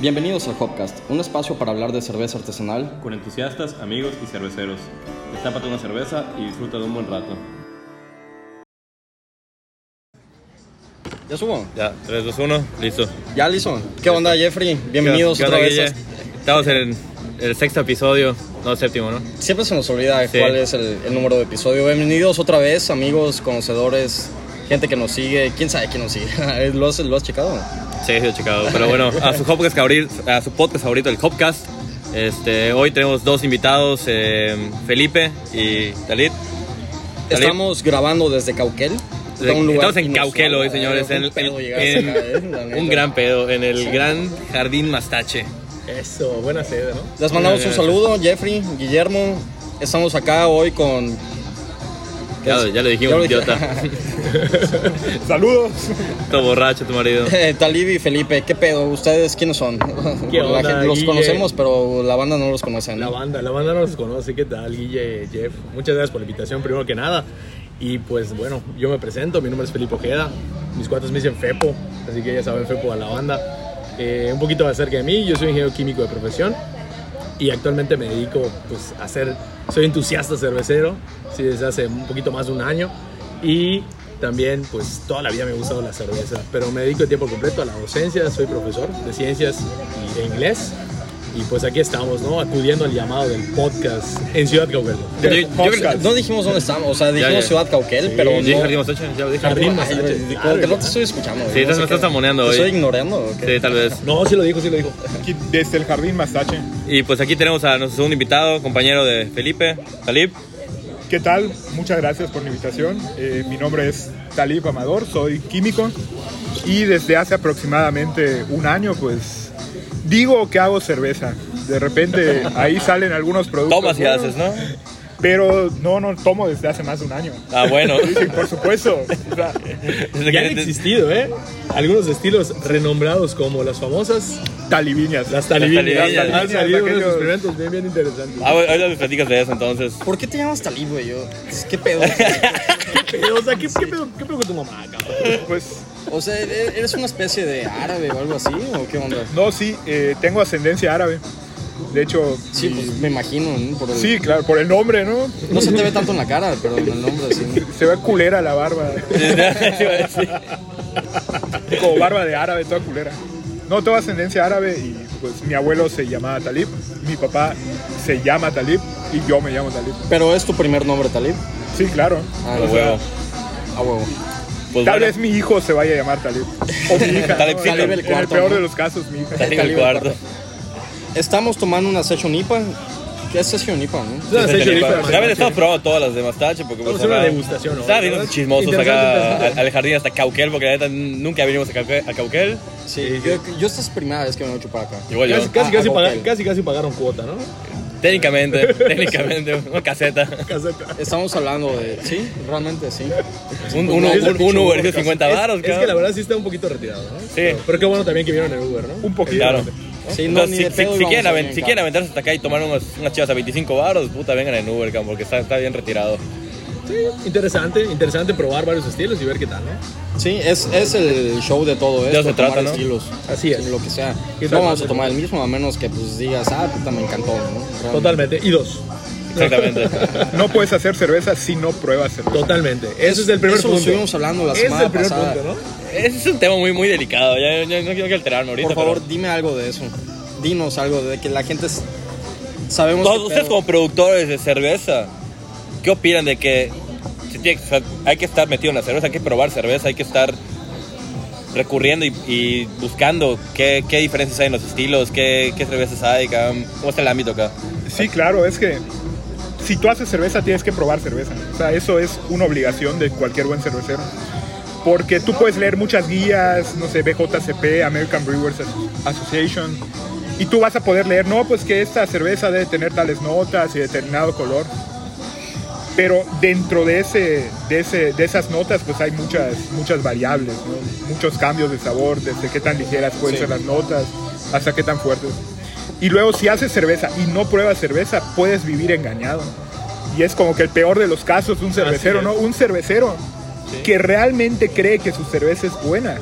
Bienvenidos a Hopcast, un espacio para hablar de cerveza artesanal. con entusiastas, amigos y cerveceros. Destápate una cerveza y disfruta de un buen rato. ¿Ya subo? Ya, 3, 2, 1, listo. ¿Ya listo? ¿Qué onda, Jeffrey? Bienvenidos ¿Qué otra onda, vez. Guille? Estamos en el sexto episodio, no séptimo, ¿no? Siempre se nos olvida Sí. cuál es el, el número de episodio. Bienvenidos otra vez, amigos, conocedores, gente que nos sigue. ¿Quién sabe quién nos sigue? ¿Lo has, lo has checado? Sí, de Chicago. Pero bueno, a su, podcast favorito, a su podcast favorito, el Hopcast. Este, hoy tenemos dos invitados, eh, Felipe y Dalit. Salí. Estamos grabando desde Cauquel. Está un lugar Estamos en inusual, Cauquel hoy, la señores. verdad, en- un pedo en- llegar en- acá, eh, la neta. un gran pedo, en el gran jardín Mastache. Eso, buena sede, ¿no? Les mandamos un saludo, Jeffrey, Guillermo. Estamos acá hoy con. Ya, lo- ya lo dijimos, dije. idiota. ¡Saludos! Todo borracho tu marido. Eh, Talib y Felipe, ¿qué pedo? ¿Ustedes quiénes son? ¿Qué La onda, gente- los Guille? conocemos, pero la banda no los conoce. La ¿no? banda, la banda no nos conoce. ¿Qué tal, Guille, Jeff? Muchas gracias por la invitación, primero que nada. Y pues bueno, yo me presento, mi nombre es Felipe Ojeda. Mis cuates me dicen Fepo, así que ya saben Fepo a la banda. Eh, un poquito acerca de mí, yo soy ingeniero químico de profesión y actualmente me dedico pues a ser, soy entusiasta cervecero, sí, desde hace un poquito más de un año y también pues toda la vida me ha gustado la cerveza, pero me dedico a tiempo completo a la docencia, soy profesor de ciencias y de inglés y pues aquí estamos, ¿no? Acudiendo al llamado del podcast en Ciudad Cauquel. Yo- yo- Podcast. No dijimos dónde estamos, o sea, dijimos ya. Ciudad Cauquel, pero no. Dije Jardín Mastache, ya lo dije. Jardín Ay, Mastache, güey, claro, como que no ya. te estoy escuchando. Sí, estás- me estás tamoneando tamoneando ¿Te hoy. estoy ignorando? o qué? Sí, tal vez. No, sí lo dijo, sí lo dijo. Aquí desde el jardín Mastache. Y pues aquí tenemos a nuestro segundo invitado, compañero de Felipe, Talib. ¿Qué tal? Muchas gracias por la invitación. Eh, mi nombre es Talib Amador, soy químico y desde hace aproximadamente un año pues digo que hago cerveza. De repente ahí salen algunos productos. Tomas y buenos, haces, ¿no? Pero no, no tomo desde hace más de un año. Ah, bueno. Sí, por supuesto. O sea, Ya han existido, ¿eh? Algunos estilos renombrados como las famosas, talibiñas. las talibinas. talibinas, Han las salido unos aquellos- experimentos bien, bien interesantes. Ah, bueno, ahorita nos platicas de eso entonces. ¿Por qué te llamas Talib, güey? Yo, pues, ¿Qué pedo? Pero, o sea, ¿qué, qué pedo, qué pedo con tu mamá, cabrón? Pues o sea, ¿e- ¿eres una especie de árabe o algo así? ¿O qué onda? no, sí, eh, tengo ascendencia árabe. De hecho, Sí, pues me imagino, ¿no? Por el- sí, claro, por el nombre, ¿no? No se te ve tanto en la cara, pero en el nombre sí. Se ve culera la barba. Como barba de árabe, toda culera. No, tengo ascendencia árabe y pues mi abuelo se llamaba Talib, mi papá se llama Talib y yo me llamo Talib. Pero es tu primer nombre, Talib. Sí, claro. Ah, A no. Pues huevo. A huevo. Pues Tal bueno, vez mi hijo se vaya a llamar Talib. O mi hija. ¿no? Talibcito. En el- en el Cuarto, peor ¿no? de los casos, mi hija. Talib el Talib cuarto. Estamos tomando una Session IPA. ¿Qué es Session IPA, no? Es una Talib serie el de cuarto. Ya habían información. estado probando todas las de Mastache porque pues, Vamos a hacer una ahora- degustación, ¿no? Estaba bien los chismosos Interesante, acá interesante. al, al jardín hasta Cauquel porque la neta nunca vinimos a Cauquel. a Cauquel. Sí, yo, yo esta es primera vez que me voy a chupar acá. Igual yo. Casi, casi, Ah, casi, ah, paga- ok. casi, casi pagaron cuota, ¿no? Técnicamente, técnicamente, una caseta. Caseta. Estamos hablando de. Sí, realmente sí. Pues Un, un, un, un Uber de 50 varos, Es, es que la verdad sí está un poquito retirado, ¿no? Sí. Pero, pero qué bueno también que vieron el Uber, ¿no? Un poquito. Claro. Sí, no, Entonces, ni si, de si- pedo si íbamos quieren, a aven- venir si acá. quieren aventarse hasta acá y tomar unas, unas chivas a 25 baros, puta, vengan en Uber, cabrón, porque está, está bien retirado. Sí, interesante, interesante probar varios estilos y ver qué tal, ¿no? Sí, es, es el show de todo esto. eso se tomar trata, ¿no? estilos. Así es. Lo que sea. Y No vamos a totalmente. tomar el mismo, a menos que pues digas, ah, puta, me encantó, ¿no? Realmente. Totalmente. Y dos. Exactamente. No puedes hacer cerveza si no pruebas cerveza. Totalmente. Eso es el primer Eso lo punto. estuvimos hablando la Ese es semana el primer pasada. punto, ¿no? Ese es un tema muy, muy delicado. Ya, ya no quiero alterarme ahorita. Por favor, dime algo de eso. Dinos algo de que la gente. s- Sabemos. pero- Todos qué ustedes, pedo. como productores de cerveza, ¿qué opinan de que se tiene que- o sea, hay que estar metido en la cerveza, hay que probar cerveza, hay que estar recurriendo y, y buscando qué, qué diferencias hay en los estilos, qué, qué cervezas hay, cabrón? ¿Cómo está el ámbito acá? Sí, claro, es que si tú haces cerveza tienes que probar cerveza. O sea, eso es una obligación de cualquier buen cervecero. Porque tú puedes leer muchas guías, no sé, BJCP, American Brewers As- Association, y tú vas a poder leer, no, pues que esta cerveza debe tener tales notas y determinado color. Pero dentro de, ese, de, ese, de esas notas, pues hay muchas, muchas variables, ¿no? muchos cambios de sabor, desde qué tan ligeras pueden ser las notas hasta qué tan fuertes. Y luego si haces cerveza y no pruebas cerveza, puedes vivir engañado. Y es como que el peor de los casos de un cervecero, es. ¿no? Un cervecero que realmente cree que su cerveza es buena.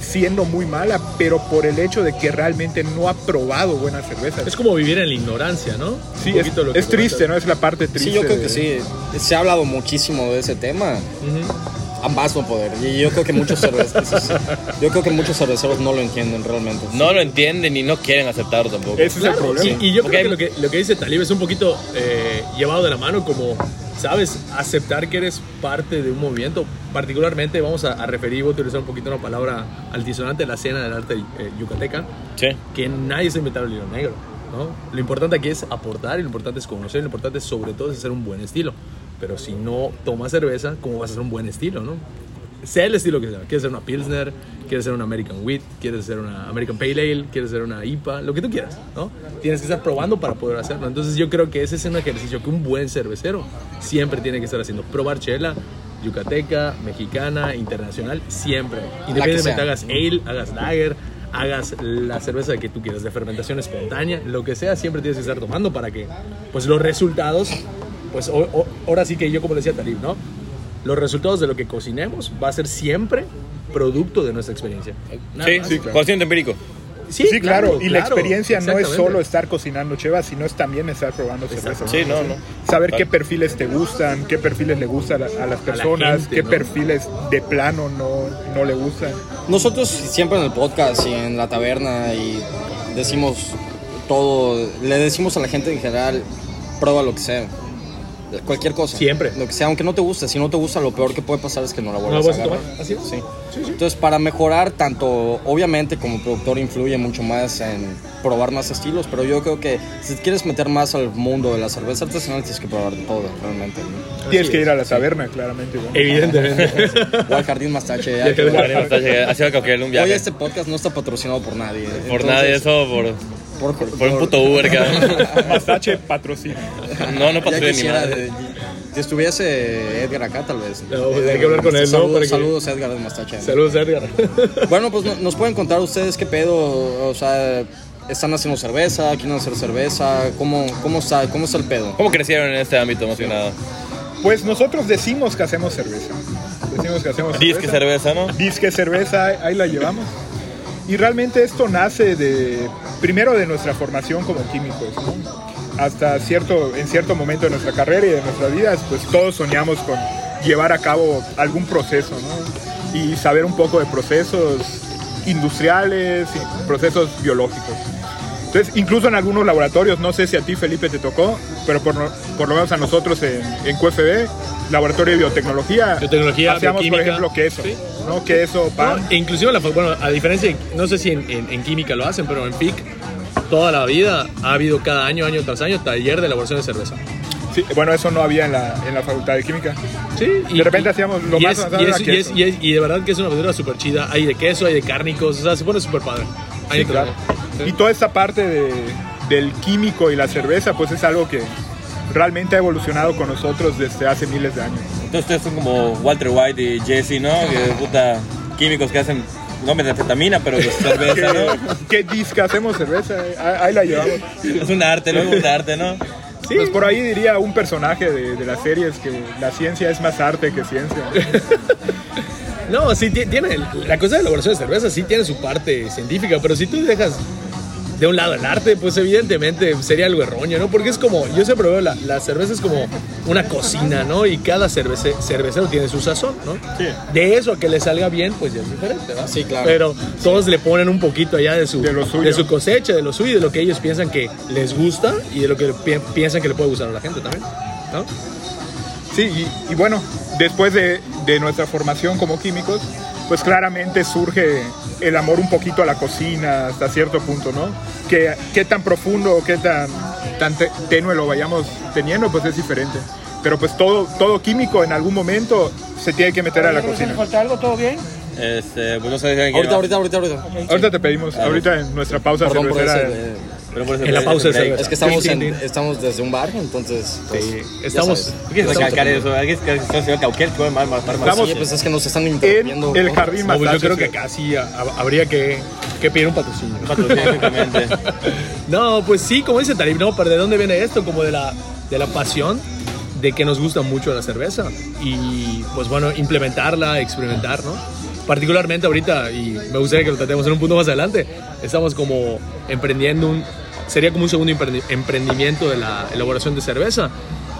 Si siendo muy mala, pero por el hecho de que realmente no ha probado buena cerveza. Es como vivir en la ignorancia, ¿no? Sí, Un es, poquito lo que es triste, comentas. ¿no? Es la parte triste. Sí, yo creo de- que ¿eh? sí. Se ha hablado muchísimo de ese tema. Ujú. Ambas no poder. Y yo creo que muchos cerveceros, yo creo que muchos cerveceros no lo entienden realmente. No lo entienden y no quieren aceptarlo tampoco. Ese es el Claro, problema. Y, y yo Porque creo hay- que lo, que lo que dice Talib es un poquito eh, llevado de la mano, como, ¿sabes? Aceptar que eres parte de un movimiento. Particularmente, vamos a, a referir, voy a utilizar un poquito una palabra altisonante, la escena del arte eh, yucateca, Sí. que nadie se inventaron el hilo negro, ¿no? Lo importante aquí es aportar, y lo importante es conocer, y lo importante sobre todo es hacer un buen estilo. Pero si no tomas cerveza, ¿cómo vas a hacer un buen estilo, no? Sea el estilo que sea. Quieres ser una Pilsner, quieres ser una American Wheat, quieres ser una American Pale Ale, quieres ser una IPA, lo que tú quieras, ¿no? Tienes que estar probando para poder hacerlo. Entonces yo creo que ese es un ejercicio que un buen cervecero siempre tiene que estar haciendo. Probar chela, yucateca, mexicana, internacional, siempre. Independientemente sea. hagas ale, hagas lager, hagas la cerveza que tú quieras, de fermentación espontánea, lo que sea, siempre tienes que estar tomando para que, pues los resultados, pues o- o- ahora sí que yo como le decía a Talib, ¿no? Los resultados de lo que cocinemos va a ser siempre producto de nuestra experiencia. Nada Sí, más. sí, claro. consciente empírico. Sí, claro, y la experiencia no es exactamente. solo estar cocinando cheva, sino es también estar probando cerveza. Sí, no, no. Saber qué Claro. perfiles te gustan, qué perfiles le gustan a, a las personas, gente, qué ¿no? perfiles de plano no, no le gustan. Nosotros siempre en el podcast y en la taberna y decimos todo, le decimos a la gente en general, prueba lo que sea. Cualquier cosa. Siempre. Lo que sea, aunque no te guste. Si no te gusta, lo peor que puede pasar es que no la ¿No la vuelvas vas a a agarrar. tomar? ¿Así? es. Sí. Sí, sí. Entonces, para mejorar, tanto obviamente como productor influye mucho más en probar más estilos, pero yo creo que si te quieres meter más al mundo de la cerveza artesanal, tienes que probar de todo, realmente. ¿no? Tienes Así es. que Eh. ir a la taberna, claramente. ¿no? Evidentemente. O al jardín mastache. hay que Ya te ver. Bueno, hasta llegar- Así va a calcular un Hoy viaje. este podcast no está patrocinado por nadie. Por entonces- nada de eso, por, Por, por un puto Uber, cabrón. Mastache patrocina. No, no Ya pasó de ni quisiera, madre. eh, si estuviese Edgar acá, tal vez. Eh, No, pues, hay que hablar con él, ¿no? Saludos, Para que- saludos, Edgar de Mastache. Saludos, Edgar. Bueno, pues no- nos pueden contar ustedes qué pedo, o sea, están haciendo cerveza, quieren hacer cerveza, cómo, cómo está, cómo está el pedo. ¿Cómo crecieron en este ámbito más que nada? Pues nosotros decimos que hacemos cerveza. Decimos que hacemos cerveza. Disque cerveza, ¿no? Disque cerveza, ahí la llevamos. Y realmente esto nace de, primero de nuestra formación como químicos, ¿no? Hasta cierto, en cierto momento de nuestra carrera y de nuestras vidas, pues todos soñamos con llevar a cabo algún proceso, ¿no? Y saber un poco de procesos industriales y procesos biológicos. Entonces, incluso en algunos laboratorios, no sé si a ti Felipe te tocó, pero por, no- por lo menos a nosotros en, en QFB, Laboratorio de Biotecnología, Biotecnología, hacíamos por bioquímica. ejemplo queso, Sí. ¿no? Queso, pan. No, e inclusive la fa- bueno, a diferencia, de- no sé si en, en- en química lo hacen, pero en PIC toda la vida ha habido cada año, año tras año, taller de elaboración de cerveza. Sí, bueno, eso no había en la, en la facultad de química. Sí, De repente hacíamos lo y más es- avanzado y era es- y queso. es- y es- y de verdad que es una aventura súper chida. Hay de queso, hay de cárnicos, o sea, se pone súper padre. Año Sí, tras claro. año. Y toda esta parte de- del químico y la cerveza, pues es algo que realmente ha evolucionado con nosotros desde hace miles de años. Entonces ustedes son como Walter White y Jesse, ¿no? Que puta, químicos que hacen, no metanfetamina, pero que es cerveza, ¿Qué, ¿no? qué disque hacemos cerveza? eh, ahí- Ahí la llevamos. Es un arte, ¿no? Es un arte, ¿no? Pues por ahí diría un personaje de, de las series que la ciencia es más arte que ciencia. No, sí, ti- tiene. La cosa de la elaboración de cerveza sí tiene su parte científica, pero si tú dejas de un lado el arte, pues evidentemente sería algo erróneo, ¿no? Porque es como, yo siempre veo la, la cerveza es como una cocina, ¿no? Y cada cervece- cervecero tiene su sazón, ¿no? Sí. De eso a que le salga bien, pues ya es diferente, ¿verdad? Sí, claro. Pero todos le ponen un poquito allá de su, De lo suyo. su cosecha, de lo suyo, de lo que ellos piensan que les gusta y de lo que pi- piensan que le puede gustar a la gente también, ¿no? Sí, y, y bueno, después de, de nuestra formación como químicos, pues claramente surge el amor un poquito a la cocina hasta cierto punto, ¿no? Que qué tan profundo o qué tan, tan te- tenue lo vayamos teniendo, pues es diferente. Pero pues todo, todo químico en algún momento se tiene que meter a la cocina. falta algo? ¿Todo bien? Este, pues no sé si alguien quiere Ahorita, más. ahorita, ahorita, ahorita. Ahorita te pedimos, ahorita en nuestra pausa Perdón por cervecera. ese, eh, Pero por eso En la break, pausa de break. cerveza. es que estamos, Sí, sí, en- sí. estamos desde un bar, entonces. pues, Sí, ya estamos- sabes. ¿Tú quieres recalcar eso? Alguien que está haciendo cauquel, que puede mal matar más. Estamos- Sí, pues es que nos están eh, interrumpiendo. En el ¿no? jardín No, pues yo Mastache, creo que sí. acá sí a- a- habría que, que pedir un patrocinio. Patrocinio, exactamente. No, pues sí, como dice Talib, no, pero ¿de dónde viene esto? Como de la, de la pasión de que nos gusta mucho la cerveza y pues bueno, implementarla, experimentar, ¿no? particularmente ahorita, y me gustaría que lo tratemos en un punto más adelante, estamos como emprendiendo un, sería como un segundo emprendi- emprendimiento de la elaboración de cerveza,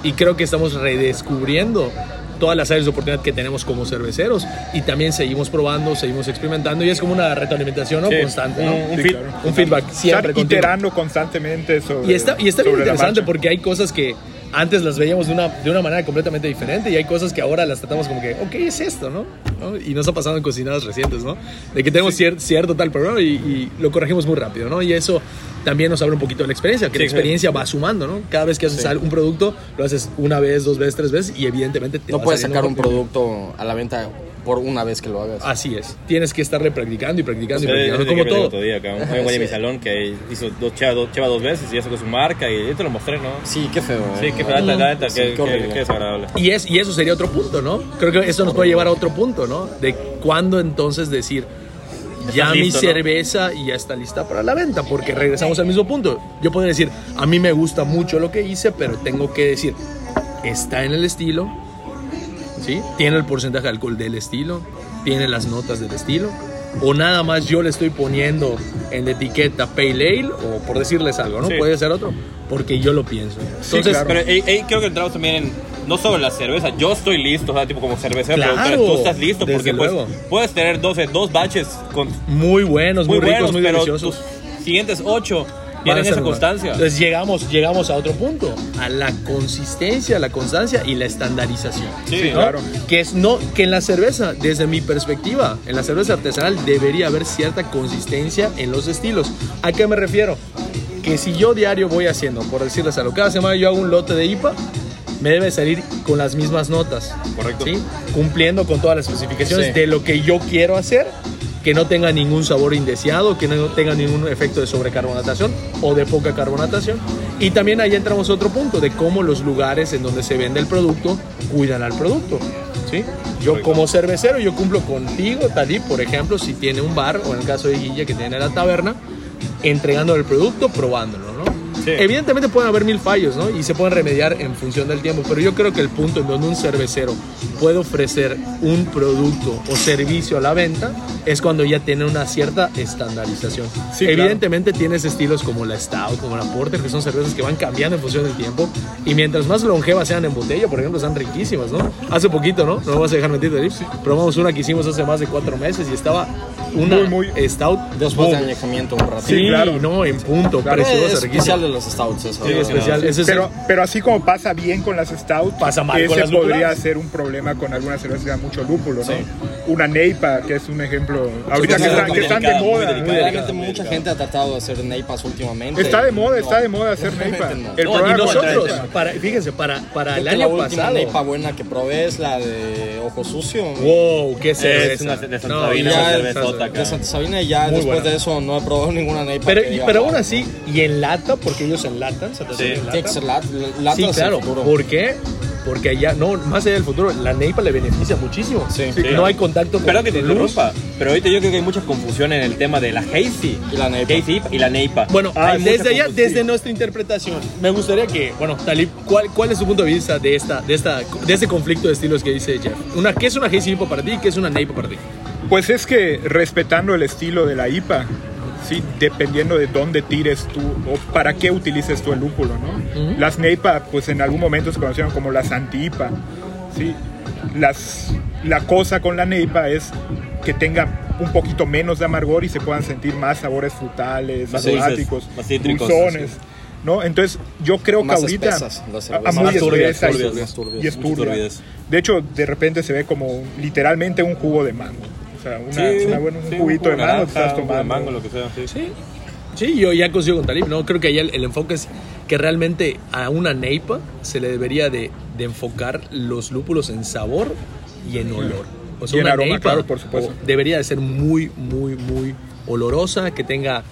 y creo que estamos redescubriendo todas las áreas de oportunidad que tenemos como cerveceros y también seguimos probando, seguimos experimentando y es como una retroalimentación ¿no? Sí, constante, ¿no? un- un Sí, feed- claro. un feedback siempre. Están continuo. iterando constantemente sobre Y está, y está bien sobre la interesante marcha. porque hay cosas que antes las veíamos de una, de una manera completamente diferente y hay cosas que ahora las tratamos como que, ok, es esto, ¿no? ¿No? Y nos ha pasado en cocinadas recientes, ¿no? De que tenemos cier- cierto tal problema y, y lo corregimos muy rápido, ¿no? Y eso también nos habla un poquito de la experiencia, que la Sí, experiencia va sumando, ¿no? Cada vez que haces al- un producto, lo haces una vez, dos veces, tres veces y evidentemente te No va puedes saliendo sacar un mejor. producto a la venta por una vez que lo hagas. Ah. Así es, tienes que estarle practicando y practicando Sí, y yo practicando, dije que como me dijo todo. otro día, cabrón. Hay un güey en mi salón que hizo dos, lleva, dos, lleva dos veces y ya sacó su marca y yo te lo mostré, ¿no? Sí, qué feo. Sí, eh. qué fea, la neta, Sí, qué, qué qué- horrible. qué desagradable. Y, es, y eso sería otro punto, ¿no? Creo que eso nos puede llevar a otro punto, ¿no? De cuándo entonces decir, ya Estás mi listo, ¿no? cerveza ya está lista para la venta, porque regresamos al mismo punto. Yo podría decir, a mí me gusta mucho lo que hice, pero tengo que decir, está en el estilo, ¿sí? Tiene el porcentaje de alcohol del estilo, tiene las notas del estilo, o nada más yo le estoy poniendo en la etiqueta Pale Ale, o por decirles algo, ¿no? Sí. Puede ser otro, porque yo lo pienso. Sí, Entonces, claro. Pero ey, ey, creo que entramos también en, no solo en la cerveza, yo estoy listo, o sea, tipo como cervecero, Claro, productor, tú estás listo desde porque pues, luego. puedes tener 12, dos baches con, muy buenos, muy, muy, buenos, ricos, muy pero deliciosos. tus siguientes 8 Van a tienen ser esa buenos. constancia. Entonces llegamos, llegamos a otro punto, a la consistencia, a la constancia y la estandarización. Sí, Sí, ¿no? claro. Que es no, que en la cerveza, desde mi perspectiva, en la cerveza artesanal debería haber cierta consistencia en los estilos. ¿A qué me refiero? Que si yo diario voy haciendo, por decirles algo, cada semana yo hago un lote de IPA, me debe salir con las mismas notas. Correcto. ¿sí? Cumpliendo con todas las especificaciones Sí. de lo que yo quiero hacer, que no tenga ningún sabor indeseado, que no tenga ningún efecto de sobrecarbonatación o de poca carbonatación. Y también ahí entramos a otro punto de cómo los lugares en donde se vende el producto cuidan al producto. ¿sí? Yo como cervecero, yo cumplo contigo, Talí, por ejemplo, si tiene un bar, o en el caso de Guilla que tiene la taberna, entregando el producto, probándolo. ¿no? Sí. Evidentemente pueden haber mil fallos, ¿no? Y se pueden remediar en función del tiempo, pero yo creo que el punto en donde un cervecero puede ofrecer un producto o servicio a la venta es cuando ya tiene una cierta estandarización. Sí, claro. Evidentemente tienes estilos como la Stout, como la Porter, que son cervezas que van cambiando en función del tiempo, y mientras más longevas sean en botella, por ejemplo, están riquísimas, ¿no? Hace poquito, ¿no? No me vas a dejar mentir, David. Probamos una que hicimos hace más de cuatro meses y estaba una Muy, muy- Stout Después de boom. añejamiento un ratito. Sí, Sí, claro. no, en punto, Pero preciosa, es riquísima. especial de los stouts eso. Sí, ¿no? especial. Ese es Pero, pero así como pasa bien con las stout, Pasa mal ese con las podría lúpulas. ser un problema con algunas cervezas que dan mucho lúpulo, ¿no? Una neipa, que es un ejemplo, ahorita Sí, que, sí, están- muy que están de delicada, muy moda. delicada. Realmente Delicado, mucha delicado. gente ha tratado de hacer neipas últimamente. Está de moda, está No, de moda hacer neipa. realmente no. El No, problema y con- nosotros, para, fíjense, para, para Creo el que la año última pasado. neipa buena que probé es la de Ojo Sucio. Wow, qué cerveza. Es una de Santa No, Sabina, ya una es- cervezota, De Santa Sabina y ya después buena. de eso no he probado ninguna neipa. Pero, que y- diga, pero aún "Wow". así, y en lata, porque ellos enlatan, Santa Sí. Sabina en Tiene que lata. ser lat- lata Sí, es el claro. futuro. ¿Por qué? Porque allá, no, más allá del futuro, la neipa le beneficia muchísimo. Sí. No hay contacto con Perdón que te con luz. interrumpa, pero ahorita yo creo que hay mucha confusión en el tema de la Hazy. Y la Neipa. Hazy y la Neipa. Bueno, Hay ah, mucha desde allá, confusión. desde nuestra interpretación, me gustaría que, bueno, Talib, ¿cuál, cuál es tu punto de vista de, esta, de, esta, de este conflicto de estilos que dice Jeff? Una, ¿Qué es una hazy IPA para ti y qué es una neipa para ti? Pues es que respetando el estilo de la IPA, sí, dependiendo de dónde tires tú o para qué utilices tú el lúpulo, ¿no? Ujú. Las NEIPA, pues en algún momento se conocieron como las anti-IPA, sí. Las, la cosa con la E NEIPA es que tenga un poquito menos de amargor y se puedan sentir más sabores frutales, Más dulces, aromáticos, más cítricos, dulzones, ¿no? Entonces, yo creo Más que ahorita... espesas las a- a cervezas. muy Más turbias, espesas y- turbias, turbias, y muy esturbia. turbias. De hecho, de repente se ve como un- literalmente un jugo de mango. O sea, una, una buena- un sí, juguito jugo de mango te naranja, estás un jugo de tomando. mango, lo que sea. sí. Sí, sí, yo ya consigo con Talib, ¿no? Creo que allá el, el enfoque es que realmente a una neipa se le debería de, de enfocar los lúpulos en sabor y en olor. O sea, Y en una aroma, neipa claro, por supuesto. o- debería de ser muy, muy, muy olorosa, que tenga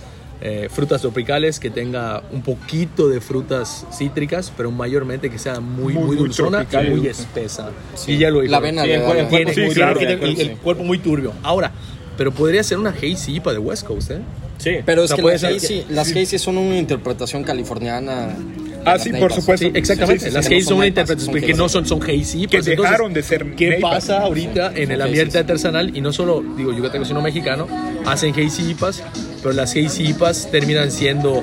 eh, frutas tropicales, que tenga un poquito de frutas cítricas, pero mayormente que sea muy, Muy, muy, muy dulzona tropical. y muy espesa. Y ya lo dijo. La avena Sí, le el da- cuerpo- el Tiene- cuerpo muy sí, claro, turbio, tiene- el cuerpo, y el sí. cuerpo muy turbio. Ahora, pero podría ser una hazy IPA de West Coast, ¿eh? Sí. Pero es O sea, que puede las ser Casey, las Casey son una interpretación californiana Ah, sí, por supuesto. Sí, exactamente. Sí, sí, sí, las sí, que no son son una neipas, interpretación, son que no neipas. son, son Hazy. Que dejaron de ser ¿Qué neipas. pasa ahorita en el pues? Son hazy. ambiente artesanal? Y no solo, digo, Yucateco, sino mexicano, hacen Hazy IPAs, pero las Hazy IPAs terminan siendo,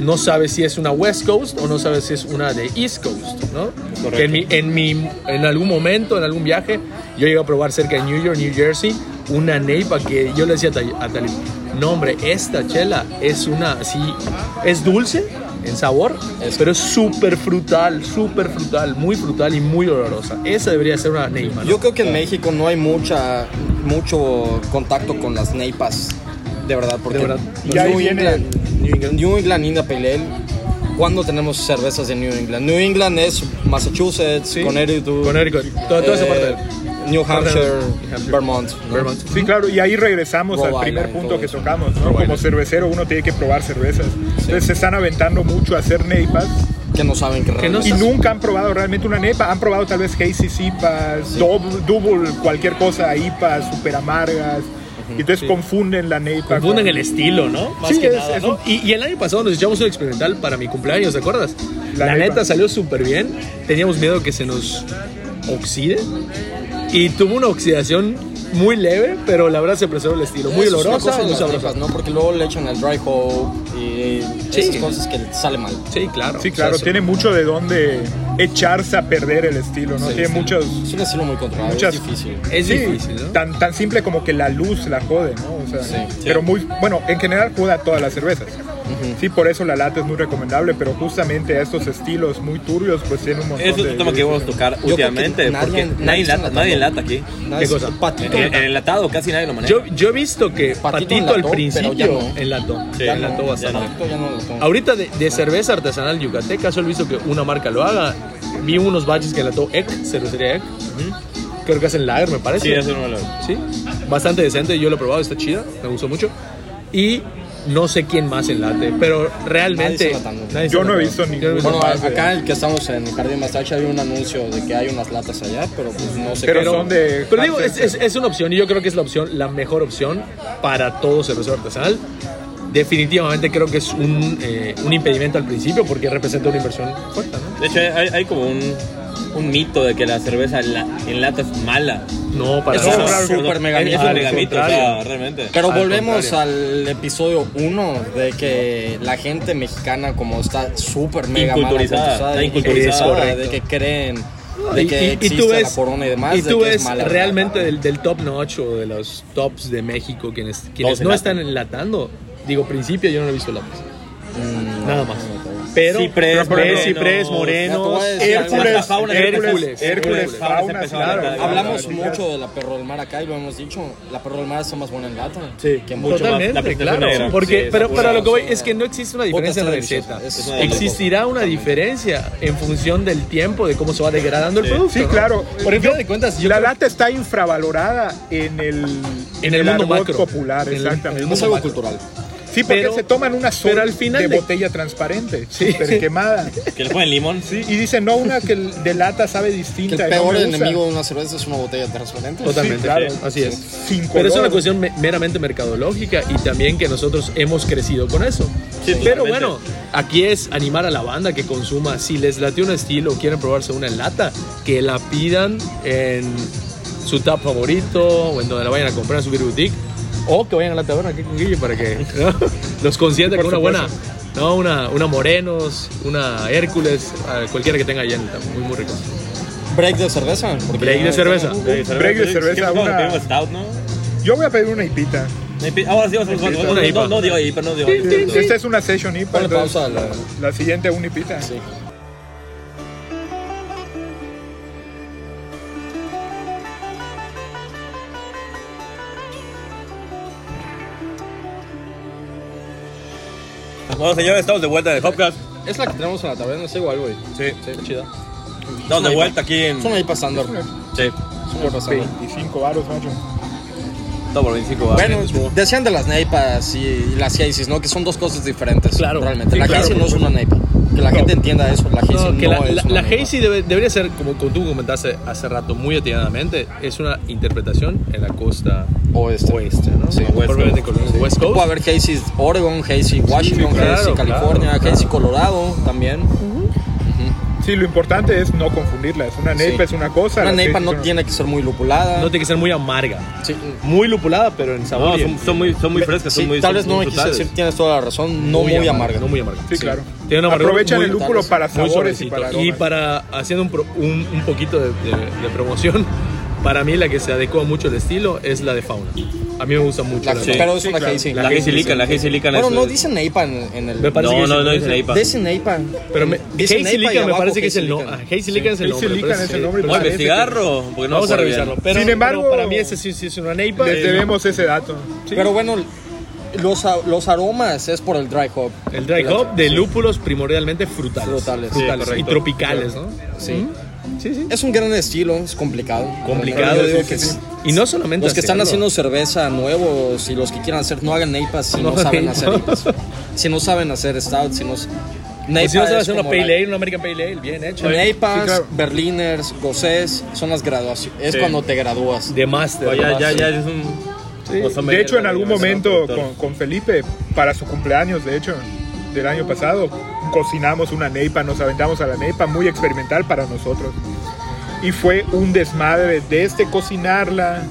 no sabes si es una West Coast o no sabes si es una de East Coast, ¿no? Correcto. Que en, mi, en, mi, en algún momento, en algún viaje, yo llegué a probar cerca de New York, New Jersey, una neipa que yo le decía a Tal- a Talib, no hombre, esta chela es una, así, es dulce en sabor, Es- pero es súper frutal, súper frutal, muy frutal y muy olorosa. Esa debería ser una neipa. ¿no? Yo creo que en México no hay mucha, mucho contacto con las neipas, de verdad, porque De verdad. New, Ya ahí viene England, New England, New England India Pale Ale, ¿cuándo tenemos cervezas de New England? New England es Massachusetts, Sí. Connecticut, Connecticut, toda, toda esa eh, parte del- New parte Hampshire, del- New Hampshire. Vermont. ¿no? Vermont. Sí, claro, y ahí regresamos Rhode al primer Island, punto todo que eso. tocamos, ¿no? Rhode Como Island. cervecero uno tiene que probar cervezas. Entonces se están aventando mucho a hacer neipas Que no saben que, Que no realmente- y nunca han probado realmente una neipa. Han probado tal vez Hazy Sipas, double, double, cualquier cosa, IPAs, super amargas. Y entonces confunden la neipa. Confunden con- el estilo, ¿no? Más Sí, que es- nada. es ¿no? un- Y, y el año pasado nos echamos un experimental para mi cumpleaños, ¿te acuerdas? La, La neta. neta salió súper bien. Teníamos miedo que se nos oxide. Y tuvo una oxidación muy leve, pero la verdad se preservó el estilo. Muy Eso es una olorosa, cosa de muy las sabrosa. neipas, ¿no? Porque luego le echan el dry hop y Sí. esas cosas que sale mal. Sí, claro. Sí, O sea, claro, eso- tiene mucho de dónde echarse a perder el estilo, ¿no? Sí, tiene sí. muchos. Es un estilo muy controlado, Muchas- es difícil. Es sí, difícil, ¿no? tan, tan simple como que la luz la jode, ¿no? O sea, Sí, sí. pero muy. Bueno, en general jode a todas las cervezas. Sí, por eso la lata es muy recomendable, pero justamente a estos estilos muy turbios, pues tiene un montón Eso es de. un tema que vamos a Yo tocar creo que últimamente, nadie- porque nadie nadie está lata- nadie enlatando. lata aquí. Nada, ¿Qué es cosa? Eh, Patito. En el enlatado casi nadie lo maneja. Yo, yo he visto que Patito, Patito enlató, al pero ya principio no. enlató. Sí, Ya enlató no, bastante. ya no, ya no lo tomo. Ahorita de, de cerveza artesanal yucateca, solo he visto que una marca lo haga. Vi unos baches que enlató Ek, cervecería Ek. Creo que hacen lager, me parece. Sí, eso no lo Sí, bastante decente. Yo lo he probado, está chida, me gustó mucho. Y no sé quién más enlate, pero realmente. Nadie está enlatando. nadie Yo está no enlatando. he visto Yo ni- no he visto Bueno, nada. Más de- acá el que estamos en Jardín Mastache hay un anuncio de que hay unas latas allá, pero pues no sé Pero qué son de- Pero digo, es, es- es una opción y yo creo que es la opción, la mejor opción para todo cervecero artesanal. Definitivamente creo que es un, eh, un impedimento al principio porque representa una inversión fuerte, ¿no? De hecho, hay, hay como un, un mito de que la cerveza en, la- en lata es mala. No, para Eso nada. es raro. súper mega Es mito. un Al mega mito, o sea, contrario. realmente. Pero Al volvemos contrario. al episodio 1 de que la gente mexicana como está súper mega mal Inculturizada, culturizada, está de que- inculturizada. es correcto. correcto. de que creen Y- de que y- y, existe tú ves, la corona y demás, y de tú que ves es mala. realmente del, del top notch o de los tops de México quienes, quienes Todos no enlatan. están enlatando. Digo, principio yo no he visto latas, Mm, nada más. Pero Ciprés, pero, Morenos. Ciprés, Ya te voy Morenos, a decir Hércules, Fauna, fauna, Hércules, Hércules, Hércules, Hércules, fauna, empezó a claro. hablar. Hablamos mucho de la perro del mar acá y lo hemos dicho. La perro del mar está más buena en lata. Sí, que en mucho bote. más. la Totalmente, presentación claro. era- Porque, sí, es pero, pura- pero a lo que voy sí, es que no existe una diferencia en Botas la está receta. deliciosa, es una deliciosa. Existirá una diferencia en función del tiempo, de cómo se va degradando el producto. Sí, ¿no? claro. Por Yo- ejemplo, de cuentas, yo la creo- lata está infravalorada en el, En el mundo argot macro. popular, En el- exactamente. en el Es algo macro. cultural. Sí, porque Pero- se toman una sola pero al final de, de- botella transparente, Sí. súper quemada. Que le ponen limón. Sí, y dicen, no, una que el de lata sabe Que distinta. el y no peor me gusta. enemigo de una cerveza es una botella transparente. Totalmente, Sí, claro. así es. Sin color. Pero es una cuestión me- meramente mercadológica y también que nosotros hemos crecido con eso. Sí, totalmente. Pero bueno, aquí es animar a la banda que consuma. Si les late un estilo o quieren probarse una en lata, que la pidan en su tap favorito o en donde la vayan a comprar en su beer boutique. O que vayan a la taberna aquí con Guille para que ¿no? los consienta Por con una buena, supuesto. ¿no? una, una Morenos, una Hércules, a cualquiera que tenga allá en el tap. Muy, muy rico. Break de cerveza. porque Break ya de cerveza. Break Break de cerveza, ¿Qué fue? una- Pedimos stout, ¿no? Yo voy a pedir una hipita. Ahora sí, vamos a- Una no, IPA. no, no digo IPA, no digo Sí, IPA. sí. Esta es una session IPA. Ponle entonces, pausa a la- la siguiente una hipita. Sí. Bueno, señores, estamos de vuelta en el Hopcast. Es la que tenemos en la taberna, es igual, güey. Mm. Sí. Está chida. Estamos de vuelta aquí en... Es una IPA estándar. Sí, Es una IPA estándar. 25 varos, macho. todo por 25 baros. Bueno, decían de las neipas y, y las ISIS, ¿no? Que son dos cosas diferentes. Claro. Realmente. Sí, la claro, Hazy por no es una neipa. Que la No. gente entienda eso. La Hazy no, No, que la, es la, una la neipa. Hazy debe- debería ser, como tú comentaste hace rato muy atinadamente, es una interpretación en la costa Oeste. oeste, ¿no? Sí, Por West parte de Coast. Colombia, West Puede Coast. haber Hazy Oregon, Hazy Washington, claro, Hazy claro, California, claro. Hazy Colorado también. Sí, lo importante es no confundirlas. Una Sí. neipa es una cosa. Una las neipa seis no son- tiene que ser muy lupulada. No tiene que ser muy amarga. Sí, Muy lupulada, pero en sabor. No, y en- son, son muy, son muy frescas, sí, son muy tal vez son no muy me quise frutales. decir, tienes toda la razón, no muy, amarga. No muy amarga. Sí, claro. Tiene una amargura Aprovechan muy- el lúpulo muy para Muy sabores y suavecito. para Y aromas. para haciendo un, pro- un- un poquito de, de- de promoción, para mí la que se adecua mucho al estilo es la de fauna. A mí me gusta mucho. La- la de Sí. Pero es una claro. que sí. La Hazy Lican, la Hazy Lican Bueno, es- no dice neipa en, en el. Me parece No, que no, sí, no sí. dice Neipa. Dice neipa. Pero me, Dice Hazy neipa y Lican me abajo parece que es el ah, nombre. Hazy Lican. Hazy Lican es el Hazy nombre. Lican pero es sí. el nombre, Voy a parece que- investigar o porque no Vamos me a acuerdo revisarlo. bien. Pero, Sin embargo- pero para mí ese sí, sí es una neipa. Les Eh, debemos ese dato. Sí. Pero bueno, los, a- los aromas es por el dry hop. El dry hop de lúpulos primordialmente frutales. Frutales. Sí, y correcto. tropicales, ¿no? Sí. Sí, sí. Es un gran estilo, es complicado. Complicado, Yo digo sí, que sí, sí. Y no solamente Los que están hacerlo. haciendo cerveza nuevos y los que quieran hacer, no hagan neipas si no, No, saben no. hacer neipas. Si no saben hacer stout, si no. s- O Neipa si no se va a es hacer una como pale la- ale, una American pale ale, bien hecha. Neipas, Sí, claro. berliners, gosés, son las graduaciones. Es Sí. cuando te gradúas. De master. O ya, ya, master. ya es un. Sí. o sea, me- De hecho, en algún me- me- momento me- con, con Felipe, para su cumpleaños, de hecho, del año pasado, cocinamos una neipa, nos aventamos a la neipa, muy experimental para nosotros. Y fue un desmadre desde cocinarla,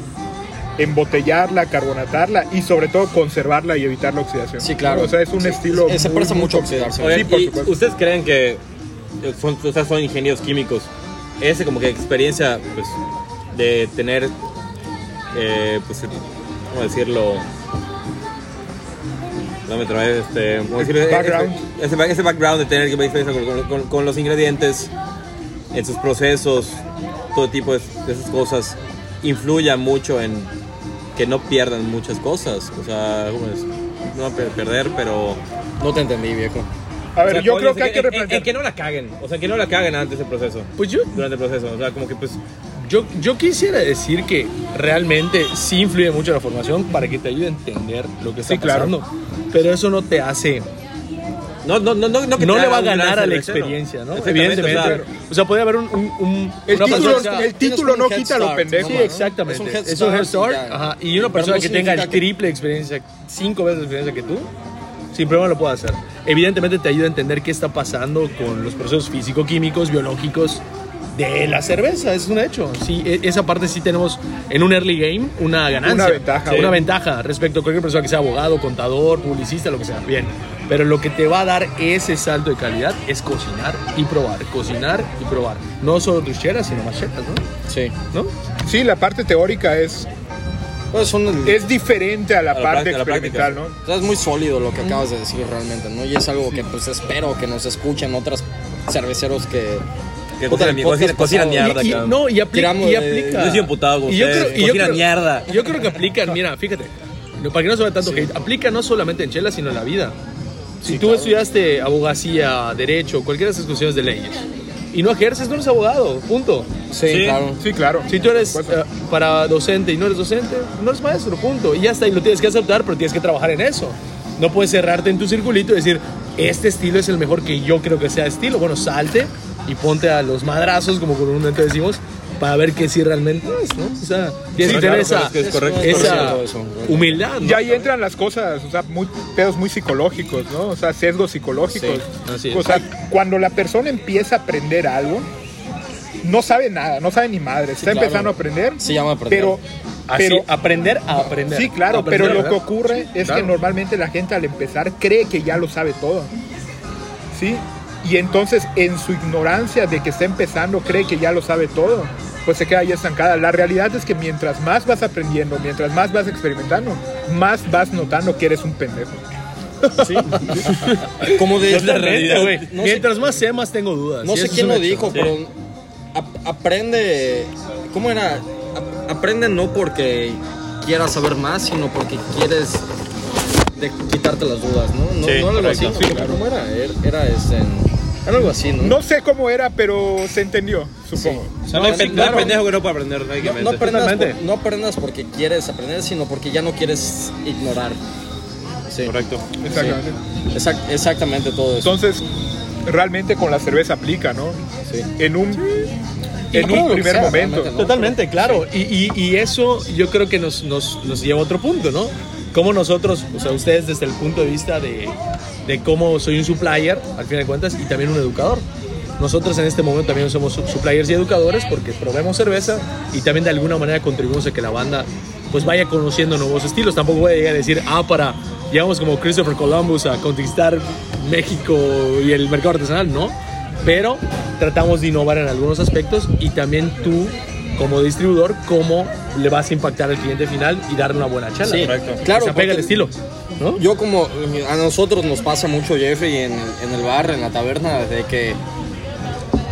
embotellarla, carbonatarla y sobre todo conservarla y evitar la oxidación. Sí, claro. O sea, es un Sí, estilo... se muy, presta muy mucho a complicado. oxidarse. Oigan, Sí, por y supuesto. ¿ustedes creen que eh, son, o sea, son ingenieros químicos? Ese como que experiencia pues, de tener, eh, pues, ¿cómo decirlo? No me trae este... ¿cómo decirlo? Ese- Background. Ese, ba- ese background de tener que experiencia con, con- con- con los ingredientes, en sus procesos, todo tipo de, de esas cosas, influya mucho en que no pierdan muchas cosas. O sea, ¿cómo es? No va a per- perder, pero... No te entendí, viejo. A ver, O sea, yo oye, creo o que sea, hay que en- en- replantear. en que no la caguen, o sea, que no la caguen antes del proceso, Pues yo, durante el proceso, o sea, como que pues... yo, yo quisiera decir que realmente sí influye mucho la formación para que te ayude a entender lo que está Sí, claro. pasando. Pero eso no te hace... No, no, no, no, no, que no te le va haga a un gran ganar a la cervecero. experiencia, ¿no? Exactamente, Evidentemente. o sea, O sea, puede haber un... un- un- El una título, persona- el título Tienes no como un quita head lo start, ¿no? pendejo. Sí, ¿no? exactamente. Es un head Es un head start start. y ya. ajá. Y una Pero persona no que tenga el significa que- triple de experiencia, cinco veces de experiencia que tú, sin problema lo puede hacer. Evidentemente te ayuda a entender qué está pasando con los procesos físico-químicos, biológicos de la cerveza. Es un hecho. Sí, e- esa parte sí tenemos en un early game una ganancia. Una ventaja, Una güey. ventaja respecto a cualquier persona que sea abogado, contador, publicista, lo que sea. Bien. Pero lo que te va a dar ese salto de calidad es cocinar y probar. Cocinar y probar. No solo tus chelas, sino más chelas, Sí. ¿no? ¿No? Sí, la parte teórica es, Pues son- es diferente a la A la parte práctica, a la práctica. experimental, ¿no? O sea, es muy sólido lo que acabas de decir realmente, ¿no? Y es algo que pues espero que nos escuchen otras cerveceros que... Que Puta, cocinan el mi- podcast cocinan- cocinan pasado. mierda, Y- y- cabrón. no, y, apli- Tiramos y de- aplica. Yo soy emputado con Y yo ustedes. creo- y yo Cocinan creo- mierda. Yo creo que aplican, mira, fíjate. no, Para que no se vea tanto hate, aplica no solamente en chela, sino en la vida. Si tú estudiaste abogacía, derecho, cualquiera de esas cuestiones de leyes, y no ejerces, no eres abogado, punto. Sí, Sí. claro. Sí, claro. Si tú eres Por supuesto. eh, para docente y no eres docente, no eres maestro, punto. Y ya está, y lo tienes que aceptar, pero tienes que trabajar en eso. No puedes cerrarte en tu circulito y decir, este estilo es el mejor que yo creo que sea estilo. Bueno, salte y ponte a los madrazos, como comúnmente decimos, para ver qué sí realmente es, ¿no? O sea, tienes Sí, que tener claro, esa, es que es correcto, es pues, esa correcto eso, correcto. humildad. ¿no? Y ahí entran las cosas, o sea, muy, pedos muy psicológicos, ¿no? O sea, sesgos psicológicos. Sí, así es. O sea, cuando la persona empieza a aprender algo, no sabe nada, no sabe ni madre, está claro. empezando a aprender. Se llama aprender. Pero, Así, pero aprender a aprender. sí, claro, Aprender pero a lo que aprender. ocurre es claro. que normalmente la gente al empezar cree que ya lo sabe todo. ¿Sí? Y entonces en su ignorancia de que está empezando cree que ya lo sabe todo, pues se queda ahí estancada. La realidad es que mientras más vas aprendiendo, mientras más vas experimentando, más vas notando que eres un pendejo. Como de... Es la realidad, güey. No sé- Mientras más sé, más tengo dudas. No Y sé eso es quién un lo hecho. dijo, pero ap- aprende. ¿Cómo era? Ap- aprende no porque quieras saber más, sino porque quieres de- quitarte las dudas, ¿no? No, Sí, no era algo así. correcto. ¿no? ¿Cómo era? Era, era, este, era algo así, ¿no? No sé cómo era, pero se entendió, supongo. O sea, no hay No, pe- sí, no hay claro. pendejo que no pueda aprender, No, no prácticamente. aprendas por- Totalmente. no aprendas porque quieres aprender, sino porque ya no quieres ignorar. Sí. Correcto. Exactamente. Exact- exactamente todo eso. Entonces, realmente con la cerveza aplica, ¿no? Sí. En un, Y en todo lo un que primer sea, momento. realmente, ¿no? Totalmente, claro. Y, y- y eso yo creo que nos, nos- nos lleva a otro punto, ¿no? Cómo nosotros, o sea, ustedes desde el punto de vista de, de cómo soy un supplier, al fin de cuentas, y también un educador. Nosotros en este momento también somos su- suppliers y educadores porque probemos cerveza y también de alguna manera contribuimos a que la banda pues vaya conociendo nuevos estilos. Tampoco voy a llegar a decir, ah, para, llegamos como Christopher Columbus a conquistar México y el mercado artesanal, no. Pero tratamos de innovar en algunos aspectos y también tú como distribuidor, cómo le vas a impactar al cliente final y darle una buena charla. Sí, correcto. claro. se apega porque- al estilo, ¿no? Yo como a nosotros nos pasa mucho Jeffrey en, en el bar, en la taberna, de que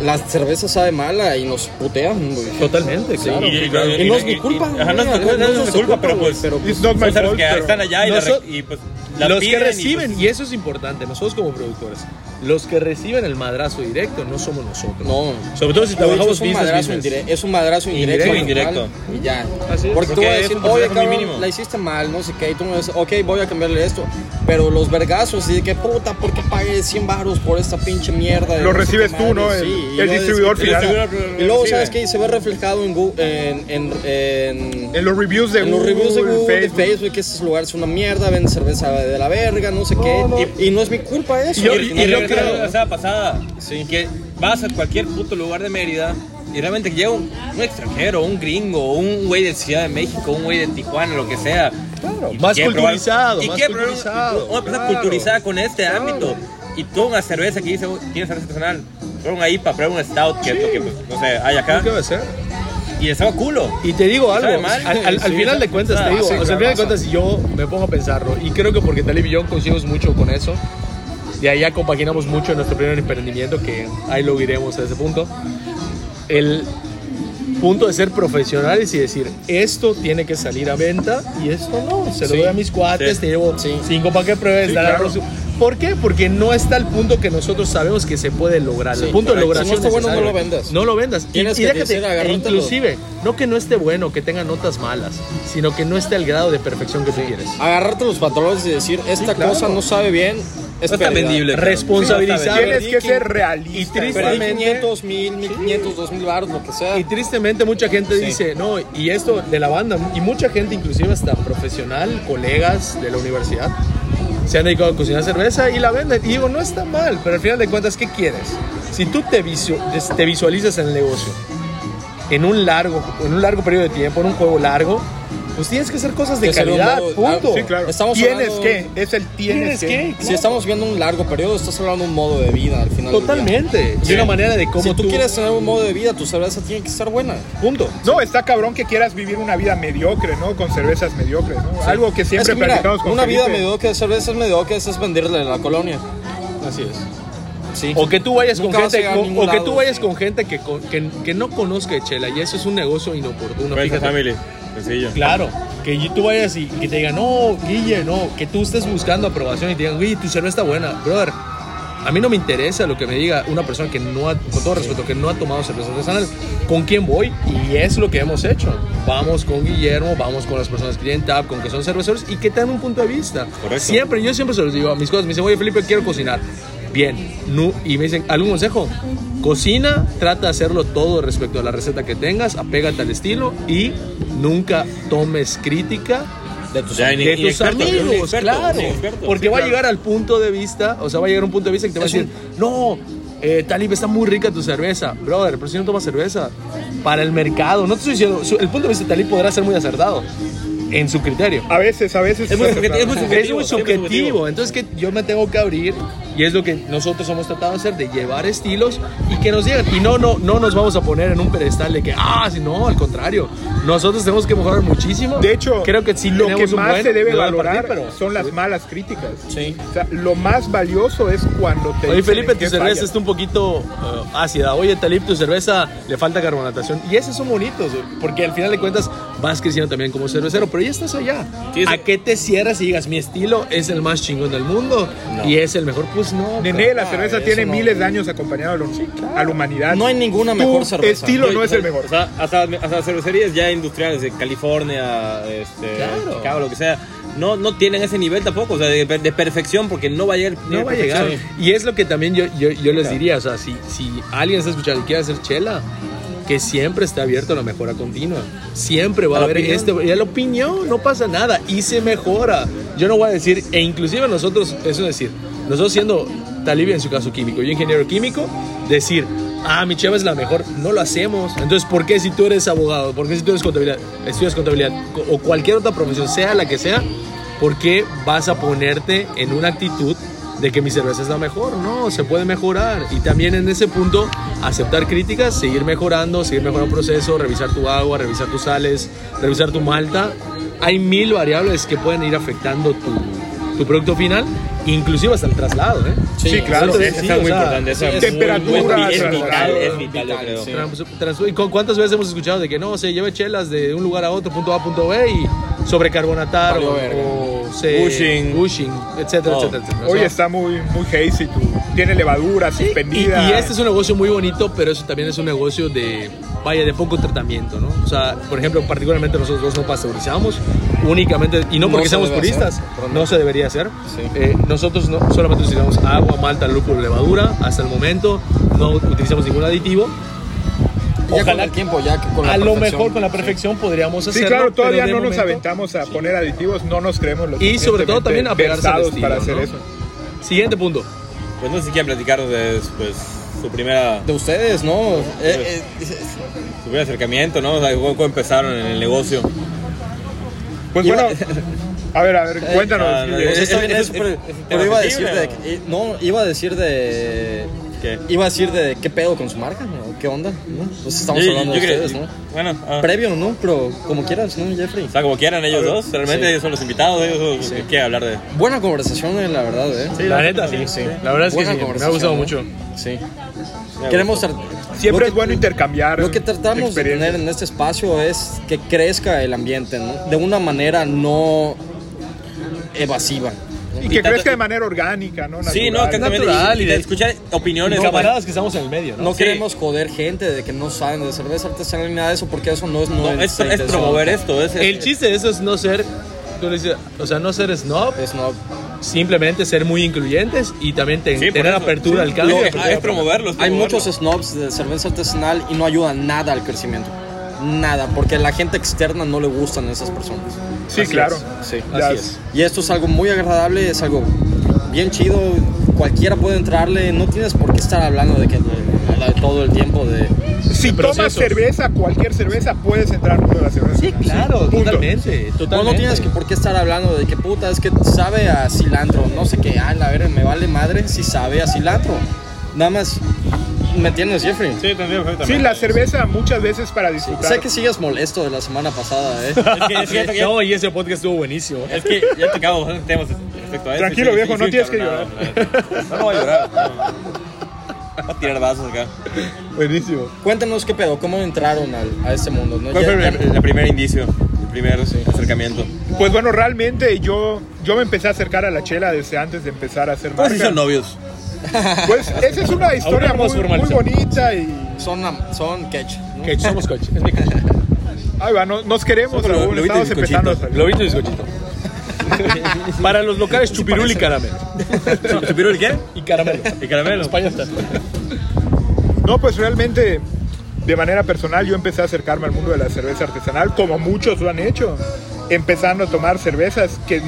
la cerveza sabe mala y nos putean. güey. Totalmente, claro. Y- y- y- Y no es y- mi culpa. y- ajá, no es güey, tu culpa, no es tu culpa, pero güey, pues- It's not my Son cervezas fault, que pero- están allá y, la re- Noso- y, pues la los que piden y, pues, reciben, y, eso es importante, nosotros como productores, los que reciben el madrazo directo no somos nosotros. No. Sobre todo De si hecho, trabajamos es un business, madrazo business. indirecto. Es un madrazo indirecto. Indirecto, al final, Y ya. Así es. Porque tú Porque vas a es decir, un oye, porcentaje muy cabrón, mínimo". la hiciste mal, no sé qué. Y tú me dices, ok, voy a cambiarle esto. Pero los vergazos, y de que puta, ¿por qué pagué 100 baros por esta pinche mierda? Lo No sé recibes qué tú, madre. ¿no? El- Sí, y el yo es- distribuidor final. Y luego, Sí, ¿sabes güey. qué? Y se ve reflejado en Gu- en- en- en En los reviews de en los Google, reviews de Google, de Facebook. Facebook, que estos lugares son una mierda, venden cerveza de la verga, no sé qué. Y, y no es mi culpa eso. Y, Y- y, y lo yo que creo- la semana pasada, que vas a cualquier puto lugar de Mérida y realmente llega un, un extranjero, un gringo, un güey de Ciudad de México, un güey de Tijuana, lo que sea. Y Más quiere probar- culturizado, Y más quiere probar culturizado, una persona claro. culturizada con este ámbito. Y toma una cerveza que dice, tiene cerveza artesanal. Prueba una IPA, prueba un stout, que es lo que, pues, no sé, hay acá. ¿Qué va a ser? Y estaba culo. Y te digo algo, sabe mal. al, al- al Sí, final de cuentas, te digo, sí, o sea, al claro, final de pasa. cuentas, si yo me pongo a pensarlo, y creo que porque Talib y yo coincidimos mucho con eso, de allá compaginamos mucho en nuestro primer emprendimiento, que ahí lo iremos a ese punto, el punto de ser profesionales y decir, esto tiene que salir a venta y esto no, se lo Sí. doy a mis cuates, Sí. te llevo Sí. cinco para que pruebes, Sí, dale a claro. Rosu. ¿Por qué? Porque no está el punto que nosotros sabemos que se puede lograr. Sí, el punto de correcto. logración Si no está bueno, no necesario. lo vendas. No lo vendas. Y, Tienes y que déjate, decir, e agárratelo. inclusive, no que no esté bueno, que tenga notas malas, sino que no esté al grado de perfección que tú quieres. agarrarte los pantalones y decir, esta claro. cosa no sabe bien. Es No está pérdida. vendible. claro. Responsabilizar. Tienes que ser realista. Y triste- Perdí igual. Realmente. 500, 1000, 1500, 2000 baros, lo que sea. Y tristemente mucha gente dice, no, y esto de la banda, y mucha gente inclusive hasta profesional, colegas de la universidad, se han dedicado a cocinar cerveza y la venden. Y digo, no está mal, pero al final de cuentas, ¿qué quieres? Si tú te, visu- te visualizas en el negocio, en un largo, en un largo periodo de tiempo, en un juego largo, pues tienes que hacer cosas de Que sea de un calidad, modo- punto. ah, Sí, claro. Estamos tienes hablando- que. Es el tienes, Tienes que. Si estamos viendo un largo periodo, estás hablando de un modo de vida al final. del día. Totalmente. De una manera de cómo Si tú, quieres tener un modo de vida, tu cerveza tiene que estar buena. Punto. No, está cabrón que quieras vivir una vida mediocre, ¿no? Con cervezas mediocres, ¿no? Algo que siempre Es que mira, platicamos con Una vida Felipe. mediocre, cervezas mediocres es venderle a la colonia. Así es. Sí. O que tú vayas con Nunca vas a gente, llegar a con- ningún o que lado, tú vayas sí. con gente que, con- que, que no conozca de chela y eso es un negocio inoportuno. Friends and fíjate. Pues, Family. Sencillo. Claro, que y- tú vayas y que te digan, no, Guille, no, que tú estés buscando aprobación y te digan, Guille, tu cerveza está buena, brother. A mí no me interesa lo que me diga una persona que no ha, con todo respeto, que no ha tomado cerveza artesanal. ¿Con quién voy? Y es lo que hemos hecho. Vamos con Guillermo, vamos con las personas que tienen TAP, con que son cerveceros y que tengan un punto de vista. Correcto. Siempre, yo siempre se los digo a mis cosas. Me dicen, oye, Felipe, quiero cocinar. Bien. No, y me dicen, ¿algún consejo? Cocina, trata de hacerlo todo respecto a la receta que tengas, apégate al estilo y nunca tomes crítica De tus Ya, amigos. ni- de ni tus experto, ni amigos, experto, claro. ni experto, porque sí, va claro. a llegar al punto de vista, o sea, va a llegar un punto de vista que te va a Es decir, no, eh, Talib, está muy rica tu cerveza. Brother, pero si no tomas cerveza, para el mercado, no te estoy diciendo, su- el punto de vista de Talib podrá ser muy acertado en su criterio. A veces, a veces. Es muy subjetivo, es muy subjetivo. Es muy siempre es subjetivo, entonces que yo me tengo que abrir y es lo que nosotros hemos tratado de hacer, de llevar estilos y que nos digan, y no, no, no nos vamos a poner en un pedestal de que, ah, si no, al contrario, nosotros tenemos que mejorar muchísimo. De hecho, creo que sí lo que tenemos un más buen se debe lugar de valorar partir, pero- son las malas críticas. Sí. O sea, lo más valioso es cuando te. Oye, dicen Felipe, en tu qué cerveza fallas. está un poquito eh, ácida. Oye, Talib, tu cerveza le falta carbonatación. Y esos son bonitos, güey, porque al final de cuentas vas creciendo también como cervecero, pero ya estás allá. Sí, sí. ¿A qué te cierras y digas, mi estilo es el más chingón del mundo y es el mejor? Pues no. Nene, la Ah, cerveza eso tiene no. miles de años acompañado a, lo- a la humanidad. No hay ninguna Tu mejor cerveza. estilo no es el mejor. O sea, hasta, hasta cervecerías ya industriales de California, este, Claro. Chicago, lo que sea, no, no tienen ese nivel tampoco, o sea, de, de perfección, porque no va a llegar. eh, No va a perfección. llegar. Y es lo que también yo, yo, yo les diría, o sea, si, si alguien está escuchando y quiere hacer chela, que siempre está abierto a la mejora continua. Siempre va A a la haber opinión. este... Y a la opinión, no pasa nada. Y se mejora. Yo no voy a decir, e inclusive nosotros, eso es decir, nosotros siendo Talib en su caso químico, yo ingeniero químico, decir, ah, mi chava es la mejor, no lo hacemos. Entonces, ¿por qué si tú eres abogado, por qué si tú eres contabilidad, estudias contabilidad co- o cualquier otra profesión, sea la que sea, por qué vas a ponerte en una actitud de que mi cerveza es la mejor? No, se puede mejorar. Y también en ese punto, aceptar críticas, seguir mejorando, seguir mejorando el proceso, revisar tu agua, revisar tus sales, revisar tu malta. Hay mil variables que pueden ir afectando tu, tu producto final, inclusive hasta el traslado, ¿eh? Sí, claro, sí, es- sí, está o muy sea, importante. eso es Temperatura, muy- muy- es traslado. vital, eh, es vital, yo eh, Vital, creo. sí. Trans- trans- ¿Y cu- cuántas veces hemos escuchado de que no, se lleve chelas de un lugar a otro, punto A, punto B, y sobrecarbonatar Valió o, verga. o se, Gushing. gushing, etcétera, Oh. etcétera, etcétera. O Hoy sea, está muy, muy hazy, tú. tiene levadura y, suspendida. y este es un negocio muy bonito, pero eso también es un negocio de, vaya, de poco tratamiento, ¿no? O sea, por ejemplo, particularmente nosotros dos no pasteurizamos únicamente, y no No porque se seamos debe puristas, hacer, realmente. no se debería hacer. Sí. Eh, nosotros no, solamente utilizamos agua, malta, lúpulo, levadura, hasta el momento no utilizamos ningún aditivo. Ya Ojalá con el tiempo, ya que con la a lo perfección. mejor con la perfección podríamos Sí, hacerlo. claro, pero todavía de no nos momento- aventamos a poner aditivos, no nos creemos los Y sobre todo también apegarse al estilo, para hacer ¿no? eso. Siguiente punto. Pues no sé si quieren platicarnos de pues, su, primera, De ustedes, ¿no? Eh, eh, su primer acercamiento, ¿no? O sea, cómo cómo empezaron en el negocio. Pues Iba- bueno, a ver, a ver, ah, no, cuéntanos. O sea, Es- está bien es- eso, es- pero, es- pero es iba a decir de, factible, eh, no, iba a decir de ¿Qué? iba a decir de qué pedo con su marca, ¿no? qué onda, ¿no? Pues estamos Sí, hablando de yo creo- ustedes, ¿no? Bueno, ah. Previo, ¿no? Pero como quieras, ¿no, Jeffrey? o sea, como quieran ellos dos, realmente sí. ellos son los invitados, ellos son los que quieren hablar de... Buena conversación, eh, la verdad, ¿eh? la neta, sí, sí. La verdad es que Buena sí, me ha conversación, gustado ¿no? mucho. Sí. Queremos tra- Siempre lo que- es bueno intercambiar. Lo que tratamos de experiencias. tener en este espacio es que crezca el ambiente, ¿no? De una manera no evasiva. ¿no? Y Y que tanto- crezca de manera orgánica, ¿no? Sí, no, Natural. que también... Natural, y- y y de- escuchar opiniones. Camaradas que estamos en el medio, ¿no? No Sí. queremos joder gente de que no saben de cerveza artesanal ni nada de eso, porque eso no es No, es, nuestra es intención. promover ¿eh? esto. Es, El chiste de eso es no ser, tú le dices, o sea, no ser snob, Es no. simplemente ser muy incluyentes y también te- Sí, por tener eso. apertura Sí. al cambio. Lo- apertura ah, es al cambio. promoverlo. es Hay promoverlo. muchos snobs de cerveza artesanal y no ayudan nada al crecimiento. Nada, porque a la gente externa no le gustan esas personas. Sí, claro. Sí. Ya- Así es. Y esto es algo muy agradable, es algo bien chido. Cualquiera puede entrarle, no tienes por qué estar hablando de que de- de todo el tiempo de. Si El tomas proceso. cerveza, cualquier cerveza, puedes entrar por la cerveza. Sí, claro, Punto. totalmente, No, totalmente. no tienes que por qué estar hablando de que puta, es que sabe a cilantro, no sé qué, ah, la verga, me vale madre si sabe a cilantro. Nada más, ¿me entiendes, Jeffrey? Sí, también, Sí, la cerveza muchas veces para disfrutar. Sé que sigues molesto de la semana pasada, ¿eh? Es que, es que ya toqué- No, y ese podcast estuvo buenísimo. es que ya tocamos bastantes temas respecto a eso. Tranquilo, Sí, viejo, sí, no sí, tienes que cabrón, no, No, no voy a llorar. no. Va a tirar vasos acá. Buenísimo. Cuéntanos qué pedo, cómo entraron al- a este mundo, ¿no? ¿Cuál Ya- fue el ya- primer, el primer indicio? El primer acercamiento. Pues bueno, realmente yo, yo me empecé a acercar a la chela desde antes de empezar a hacer ¿Cómo marca. se hicieron novios? Pues esa es una historia Aún no muy, hemos muy formalizado. bonita y... Son, am- son catch. ¿no? Que somos coche. Es mi Ahí va, no- nos queremos Solo aún, lo- lo viste estamos en empezando a bizcochito. salir. Globito y bizcochito. Para los locales, chupirul y caramelo. ¿Su- ¿Supirul el qué? Y caramelo. El caramelo. España está. No, pues realmente, de manera personal, yo empecé a acercarme al mundo de la cerveza artesanal, como muchos lo han hecho, empezando a tomar cervezas que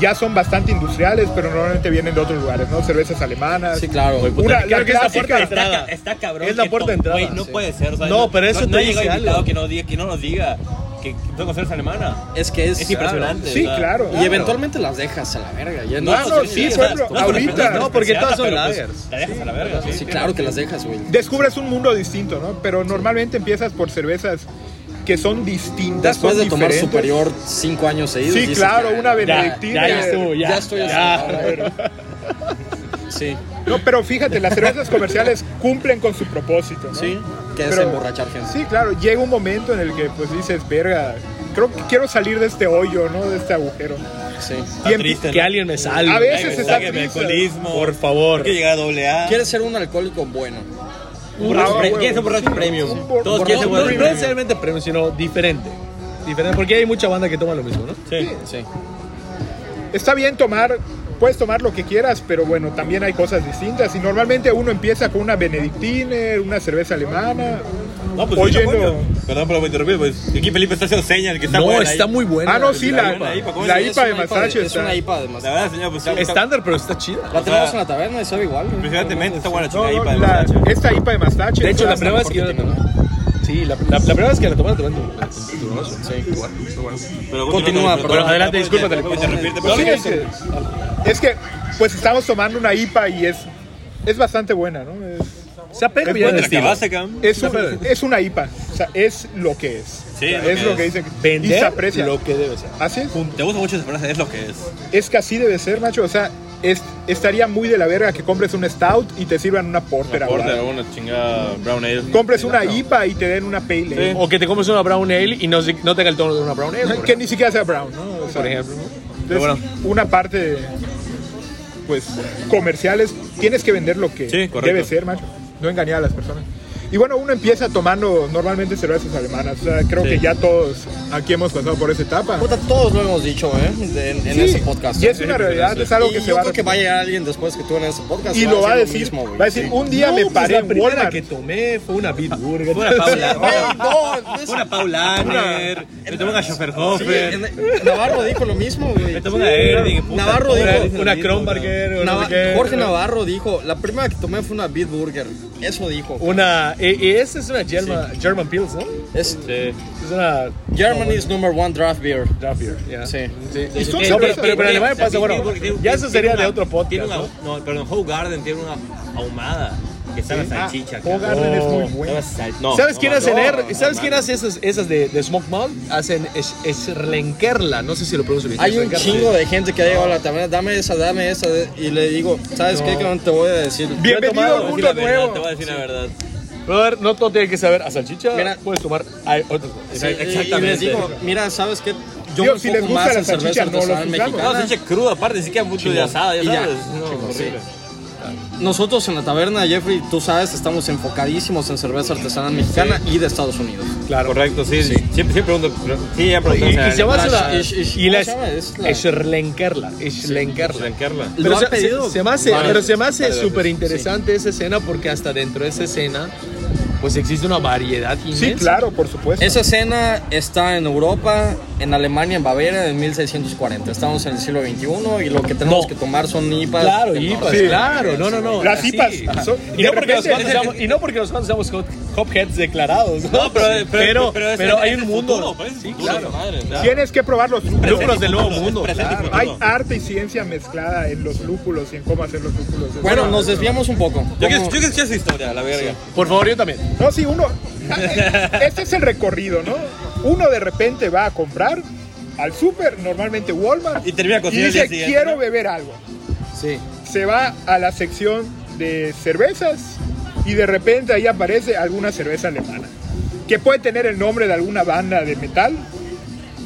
ya son bastante industriales, pero normalmente vienen de otros lugares, ¿no? Cervezas alemanas. Sí, claro. Una- Creo la que es la clásica. puerta de entrada. ca- cabrón. Es la que puerta de to- entrada, güey, no sí. puede ser. o sea, No, pero eso no, te no llega dice invitado algo. que no, diga, que no nos diga que tengo cerveza alemana. Es que es. Es impresionante. Sí, o sea. claro. Y eventualmente las dejas a la verga. Ya no, Ah, no, sí, por ejemplo, es por ahorita. defender, No, porque es todas son pero, pues, lagers. la dejas a la verga, sí. Sí, claro que las dejas, güey. Descubres un mundo distinto, ¿no? Pero normalmente empiezas por cervezas que son distintas. Después son de tomar diferentes. superior cinco años seguidos. Sí, dices, claro, ya, una ya, benedictina. ya estuvo, Ya, ya. estoy Ya. así, a ver. Sí, No, pero fíjate, las cervezas comerciales cumplen con su propósito, ¿no? sí. Que es Pero- emborrachar gente. Sí, claro, llega un momento en el que pues dices, verga, creo que quiero salir de este hoyo, ¿no? De este agujero. Sí. Está Y en- triste, Que ¿no? alguien me salve. A veces Ay, está sáqueme triste. alcoholismo. Por favor. Hay que llegar a doble A. Quieres ser un alcohólico bueno. Un borracho bravo, pre- huevo. ¿Quieres un borracho Sí, premium? un bor- Todos borracho quieren ser no, no borrachos premium. necesariamente premium, sino diferente. Diferente, porque hay mucha banda que toma lo mismo, ¿no? Sí. Sí. Está bien tomar, puedes tomar lo que quieras, pero bueno, también hay cosas distintas. Y normalmente uno empieza con una benedictine, una cerveza alemana. No, pues o sí, yendo- tampoco. Perdón por interrumpir, pues. Aquí Felipe está haciendo señas que está no, buena está ahí. muy buena. Ah, no, sí, la, IPA, la la IPA, IPA, ¿cómo es? de Masacho Es está. una IPA de La Masacho. verdad, señor, pues está. Estándar, pero está chida. La tenemos o sea, en la taberna y sabe igual. güey. Impresionantemente está buena la No, chica no, IPA de la- Masacho. esta IPA de Mastache. De hecho, la está primera vez mejor que yo la tiene, tomé. Sí, la, la- la primera vez que la tomé, la tomé en tu- en tu brazo. Pero Continúa, perdón. pero- pero Adelante, no puedes- discúlpate. no puedes interrumpirte, ¿no? pero sigue. Sí, es, que, Pues es que, pues estamos tomando una IPA y es, es bastante buena, ¿no? Es, Se apega Es bien al buena Te la estilo. acabaste, cabrón. es, Sabe. un- es una IPA, o sea, es lo que es. Sí, O sea, lo es que lo es. que dicen. Y se Vender aprecia. ¿Ah, lo que debe ser. Así es. Te gusta mucho esa frase, es lo que es. Es que así debe ser, macho. O sea, es- estaría muy de la verga que compres un stout y te sirvan una porter. ahora. Porter, una chingada brown ale. Compres una IPA y te den una pale ale. O que te comes una brown ale y no, se- no tenga el tono de una brown ale. por Que ejemplo. ni siquiera sea brown, ¿no? O sea, Por ejemplo. Entonces, una parte, pues, comerciales, tienes que vender lo que Sí, correcto. debe ser, macho. No engañar a las personas. Y bueno, uno empieza tomando normalmente cervezas alemanas. O sea, creo Sí. que ya todos aquí hemos pasado por esa etapa. Puta, todos lo hemos dicho, ¿eh? de- en en Sí, ese podcast. ¿eh? Y es una realidad, es algo Y que se yo va a creo que va a repetir. llegar alguien después que tú en ese podcast Y lo va a lo decir. mismo, güey. va a decir, un día No, me pues, paré la en primera Walmart. que tomé fue una Bitburger. Una Paula. Güey, no, es- Una Paulaner. Me tomé una Sí, Schofferhofer. en- Navarro dijo lo mismo, güey. Me tomé una Erding. puta, Navarro todas dijo- dicen lo Una mismo, cabrón. Kronberger. o no Nava- sé qué. Jorge Navarro dijo, la primera que tomé fue una Beat Burger. Eso dijo. Una. e- e- Esa es una German, German Pills, ¿no? Es Sí. Es una. Germany's number one draft beer. Draft beer, yeah. Sí. Y son No, pero, cervezas- pero, pero en Alemania pasa, bueno, ya eso sería de otro Tiene podcast, una, ¿no? no, perdón, Howe Garden tiene una ahumada que sabe a Ah, salchicha. Hall cabrón. Garden es muy No. bueno. Sabe a sal- no, ¿Sabes no, quién no, hace no, leer? no, ¿Sabes no, quién no. hace esas, esas de, de Smoke Malt? Hacen es- Eslenkerla. No sé si lo pronuncio bien. Hay un Eslenkerla. chingo de gente que ha llegado a la taberna, dame esa, dame esa. de- Y le digo, ¿sabes qué? Que no te voy a decir. Bienvenido tomado, al Te voy a decir la mundo verdad, Te nuevo. voy a decir la verdad. Brother, no todo tiene que saber a salchicha. Mira. puedes tomar a otros. Sí, y- Y les Exactamente. digo, mira, ¿sabes qué? Yo Digo, me si les enfoco gusta más la en cerveza salchicha, no los artesanal juzgamos. No, mexicana. salchicha cruda, aparte, ni siquiera mucho de asada, ya Y ya. sabes. No, Sí. horrible. Nosotros en la taberna, Jeffrey, tú sabes, estamos enfocadísimos en cerveza artesanal mexicana y de Estados Unidos. Claro. Correcto, sí. Siempre, siempre pregunto. Sí, ya Y, pregunté. y se llama la- la. es- es- Y ¿cómo la. se llama? Es la- Eslenkerla. Eslenkerla. Blanquearla. ¿Lo Pero han se, se- pedido? se me hace, Varias pero se me veces, hace varias súper veces, interesante esa escena porque hasta dentro de esa escena pues existe una variedad inmensa. Sí, claro, por supuesto. Esa escena está en Europa, en Alemania, en Baviera, en 1640. Estamos en el siglo XXI y lo que tenemos No. que tomar son IPAs. Claro, del IPAs, norte. Sí. claro, no, no, no. Las así. IPAs son- Y de no, porque repente- nosotros seamos, y no porque nosotros seamos hot- hopheads declarados. pero- No, pero- pero, pero es- pero hay es un el mundo. futuro, pues, es el sí, futuro, claro. madre, o sea, Tienes que probar los Lúpulos del nuevo futuro, mundo. es presente y claro. futuro. Hay arte y ciencia mezclada en los lúpulos y en cómo hacer los lúpulos. Es Bueno, una- nos desviamos un poco. Yo quiero ¿Cómo- yo quiero escuchar esa historia, la verga. Por favor, yo también. No, sí, uno. Este es el recorrido, ¿no? Uno de repente va a comprar al súper, normalmente Walmart, Y termina y cocinando el dice: día siguiente. Quiero beber algo. Sí. Se va a la sección de cervezas y de repente ahí aparece alguna cerveza alemana. Que puede tener el nombre de alguna banda de metal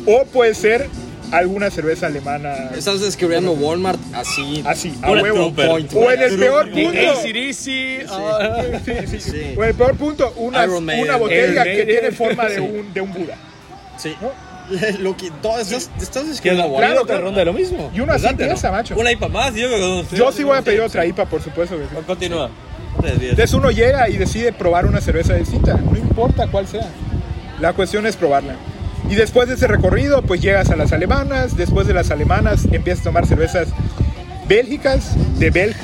o puede ser alguna cerveza alemana Estás describiendo Walmart así. así, a Pura huevo. trooper. Point. O en el peor Trooper. punto. ACDC. ah, Sí, sí. Sí. O el peor punto, una, Iron Maiden. una botella Iron que Maiden. tiene forma de Sí. un, de un Buda. Sí. Lo que, Ah, todo, estás, estás Que describiendo la a Walmart. claro, otra claro. ronda de lo mismo. Y una así Adelante, ¿no? empieza, macho. Una IPA más, yo creo que- Yo sí voy a pedir otra IPA, por supuesto. güey. Continúa. No te desvíes. Entonces uno llega y decide probar una cerveza de cita, no importa cuál sea. La cuestión es probarla. Y después de ese recorrido, pues llegas a las alemanas, después de las alemanas empiezas a tomar cervezas bélgicas, de Bel... ¿sí?